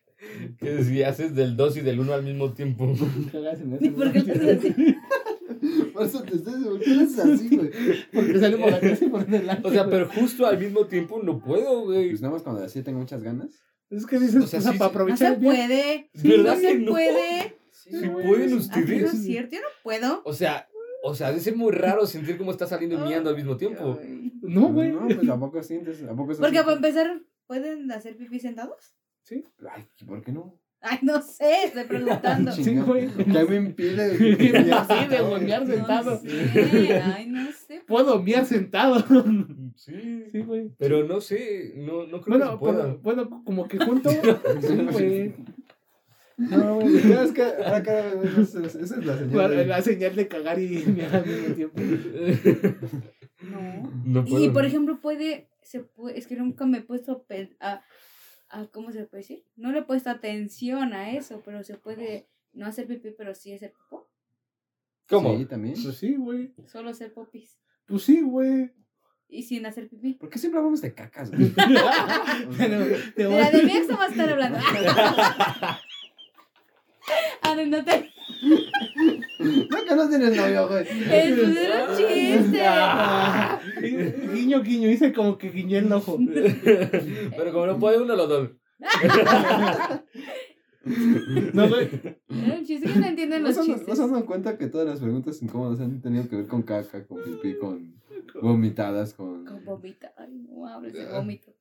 Que si haces del 2 y del 1 al mismo tiempo.
Cagas en el
¿Y por qué lo
celular.
haces
Por eso te estoy ¿por qué haces así, güey?
Porque sale por atrás y por delante.
O sea,
güey.
pero justo al mismo tiempo no puedo, güey.
Pues nada más cuando así tengo muchas ganas.
Es que dices,
O
o
sea,
sea,
sí,
para
sí.
No
aprovechar
se
el viaje.
puede.
¿Verdad
No
que
se
no?
puede.
Si
güey,
pueden
es-
Así no
ustedes.
es cierto, yo no puedo.
O sea, o sea, debe ser muy raro sentir cómo está saliendo y miando al mismo tiempo.
Ay.
No, güey.
No, pues tampoco sientes, tampoco es
Porque pues,
así.
para empezar, ¿pueden hacer pipí sentados?
Ay, ¿por qué no?
Ay, no sé, estoy preguntando.
Ay,
Sí, güey.
¿Qué me impide?
Sí, de
güey?
bombear
No
sentado.
sé, ay, no sé.
Puedo miar sentado.
Sí.
Sí, güey.
Pero no sé, no, no creo que se
Bueno,
pueda.
pero- bueno, como que junto. Sí, güey. No, güey.
No, es que ahora cada vez más es- ah, esa es la señal.
La,
de-
la señal de cagar y miar al mismo tiempo.
No.
no puedo.
Y por ejemplo, puede, se puede, es que nunca me he puesto a, pe- a, a- ¿cómo se puede decir? No le he puesto atención a eso, pero se puede no hacer pipí, pero sí hacer popó.
¿Cómo?
Sí, también.
Pues sí, güey.
Solo hacer popis.
Pues sí, güey.
Y sin hacer pipí.
¿Por qué siempre hablamos de cacas, güey?
Pero te
De
voy-
la de mi ex no vas a estar hablando. Ah, no, no te.
no, que no tienes novio, güey.
Es un chiste.
Ah, guiño, guiño, hice como que guiñé el ojo.
Pero como no puede uno, los dos.
No, güey.
Era un chiste que no entienden
¿No
los
se han- no
chistes.
se han dado cuenta que todas las preguntas incómodas han tenido que ver con caca, con pipí, con vomitadas, con...
Con vomita. Ay, no hables de vómito.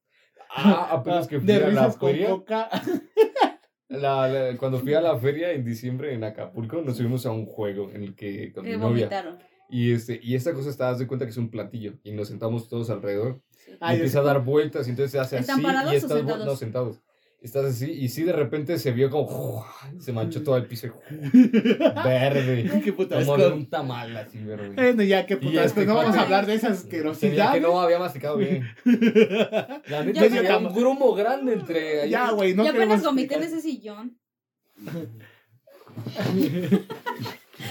Ah, apenas que fui
de
a la
risas con
feria.
coca.
La- la- cuando fui a la feria en diciembre en Acapulco, nos subimos a un juego en el que con
Que
mi novia.
Eh, vomitaron.
Y, este, y esta cosa está, haz de cuenta que es un platillo. Y nos sentamos todos alrededor.
Sí.
Ah, ya
y empieza a dar vueltas y entonces se hace
¿Están
así
parados
y
o
estás vu-
sentados?
no sentados estás así y sí de repente se vio como se manchó todo el piso verde
Qué puto
como
asco.
de un tamal así verde
Bueno, ya, qué
Y
puto
este
asco. No vamos
cuate-
a hablar de esas
se veía que
asquerosidades.
no había masticado bien la neta
Ya
se
me-
veía un grumo grande entre ahí.
Ya, güey, no
Yo apenas
queremos-
vomité en ese sillón.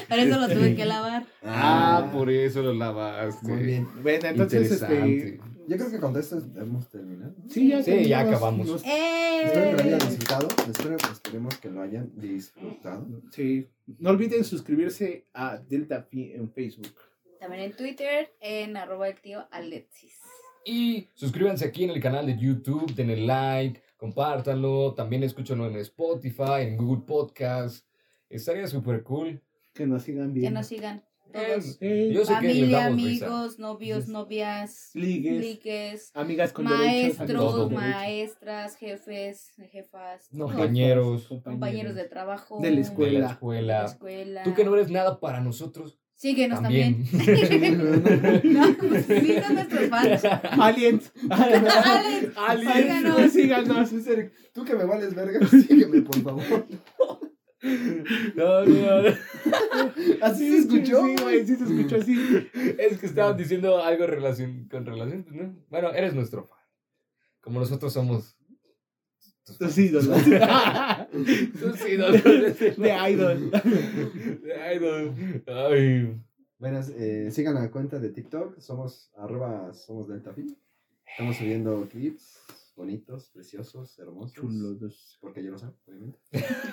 Por eso lo tuve que lavar.
ah por eso lo lavaste
Muy bien.
Bueno, entonces, este...
Interesante.
Yo creo que con esto hemos terminado.
Sí, ya,
Sí, ya
nos-
acabamos.
nos-
Espero que lo hayan
¡Eh!
disfrutado. Espero, esperemos que lo hayan disfrutado.
Sí. No olviden suscribirse a Delta Pi en Facebook.
También en Twitter, en arroba el tío Alexis.
Y suscríbanse aquí en el canal de YouTube, denle like, compártanlo, también escúchenlo en Spotify, en Google Podcast. Estaría súper cool.
Que nos sigan
Que
bien.
nos sigan
Es-
todos.
Eh,
Yo sé que les
Familia,
damos risa.
amigos, novios, novias,
Ligues.
liques,
Amigas con derechos. amigos
maestros,
con
maestras, jefes, jefas,
No,
todos.
compañeros.
compañeros de trabajo,
De la escuela.
De la
de la
escuela.
escuela.
Tú que no eres nada para nosotros.
Síguenos
También.
también. no, pues, sí, son nuestros fans.
Aliens.
Alex,
Aliens.
síganos.
Síganos.
En serio, Tú que me vales verga, sígueme, por favor.
No, no, no.
¿Así se escuchó?
Sí, güey, sí se escuchó así.
Es que estaban diciendo algo relación, con relación, pues, ¿no? Bueno, eres nuestro fan. Como nosotros somos. tus fans.
Tus ídolos.
Tus ídolos. De
De idol.
idol. Ay.
Bueno, eh, sigan la cuenta de TikTok. Somos arroba, somos DeltaFi. Estamos subiendo clips bonitos, preciosos, hermosos.
Chulos.
Porque yo lo sé, obviamente.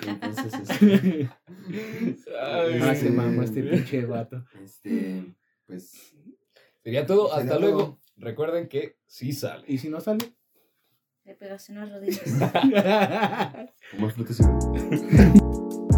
Entonces, este,
Ay.
Ah, se mamó este pinche vato.
este, pues,
Sería todo.
Sería
Hasta
todo.
luego. Recuerden que sí sale.
¿Y si no sale?
Le pegas en las rodillas.
como frutas y verduras.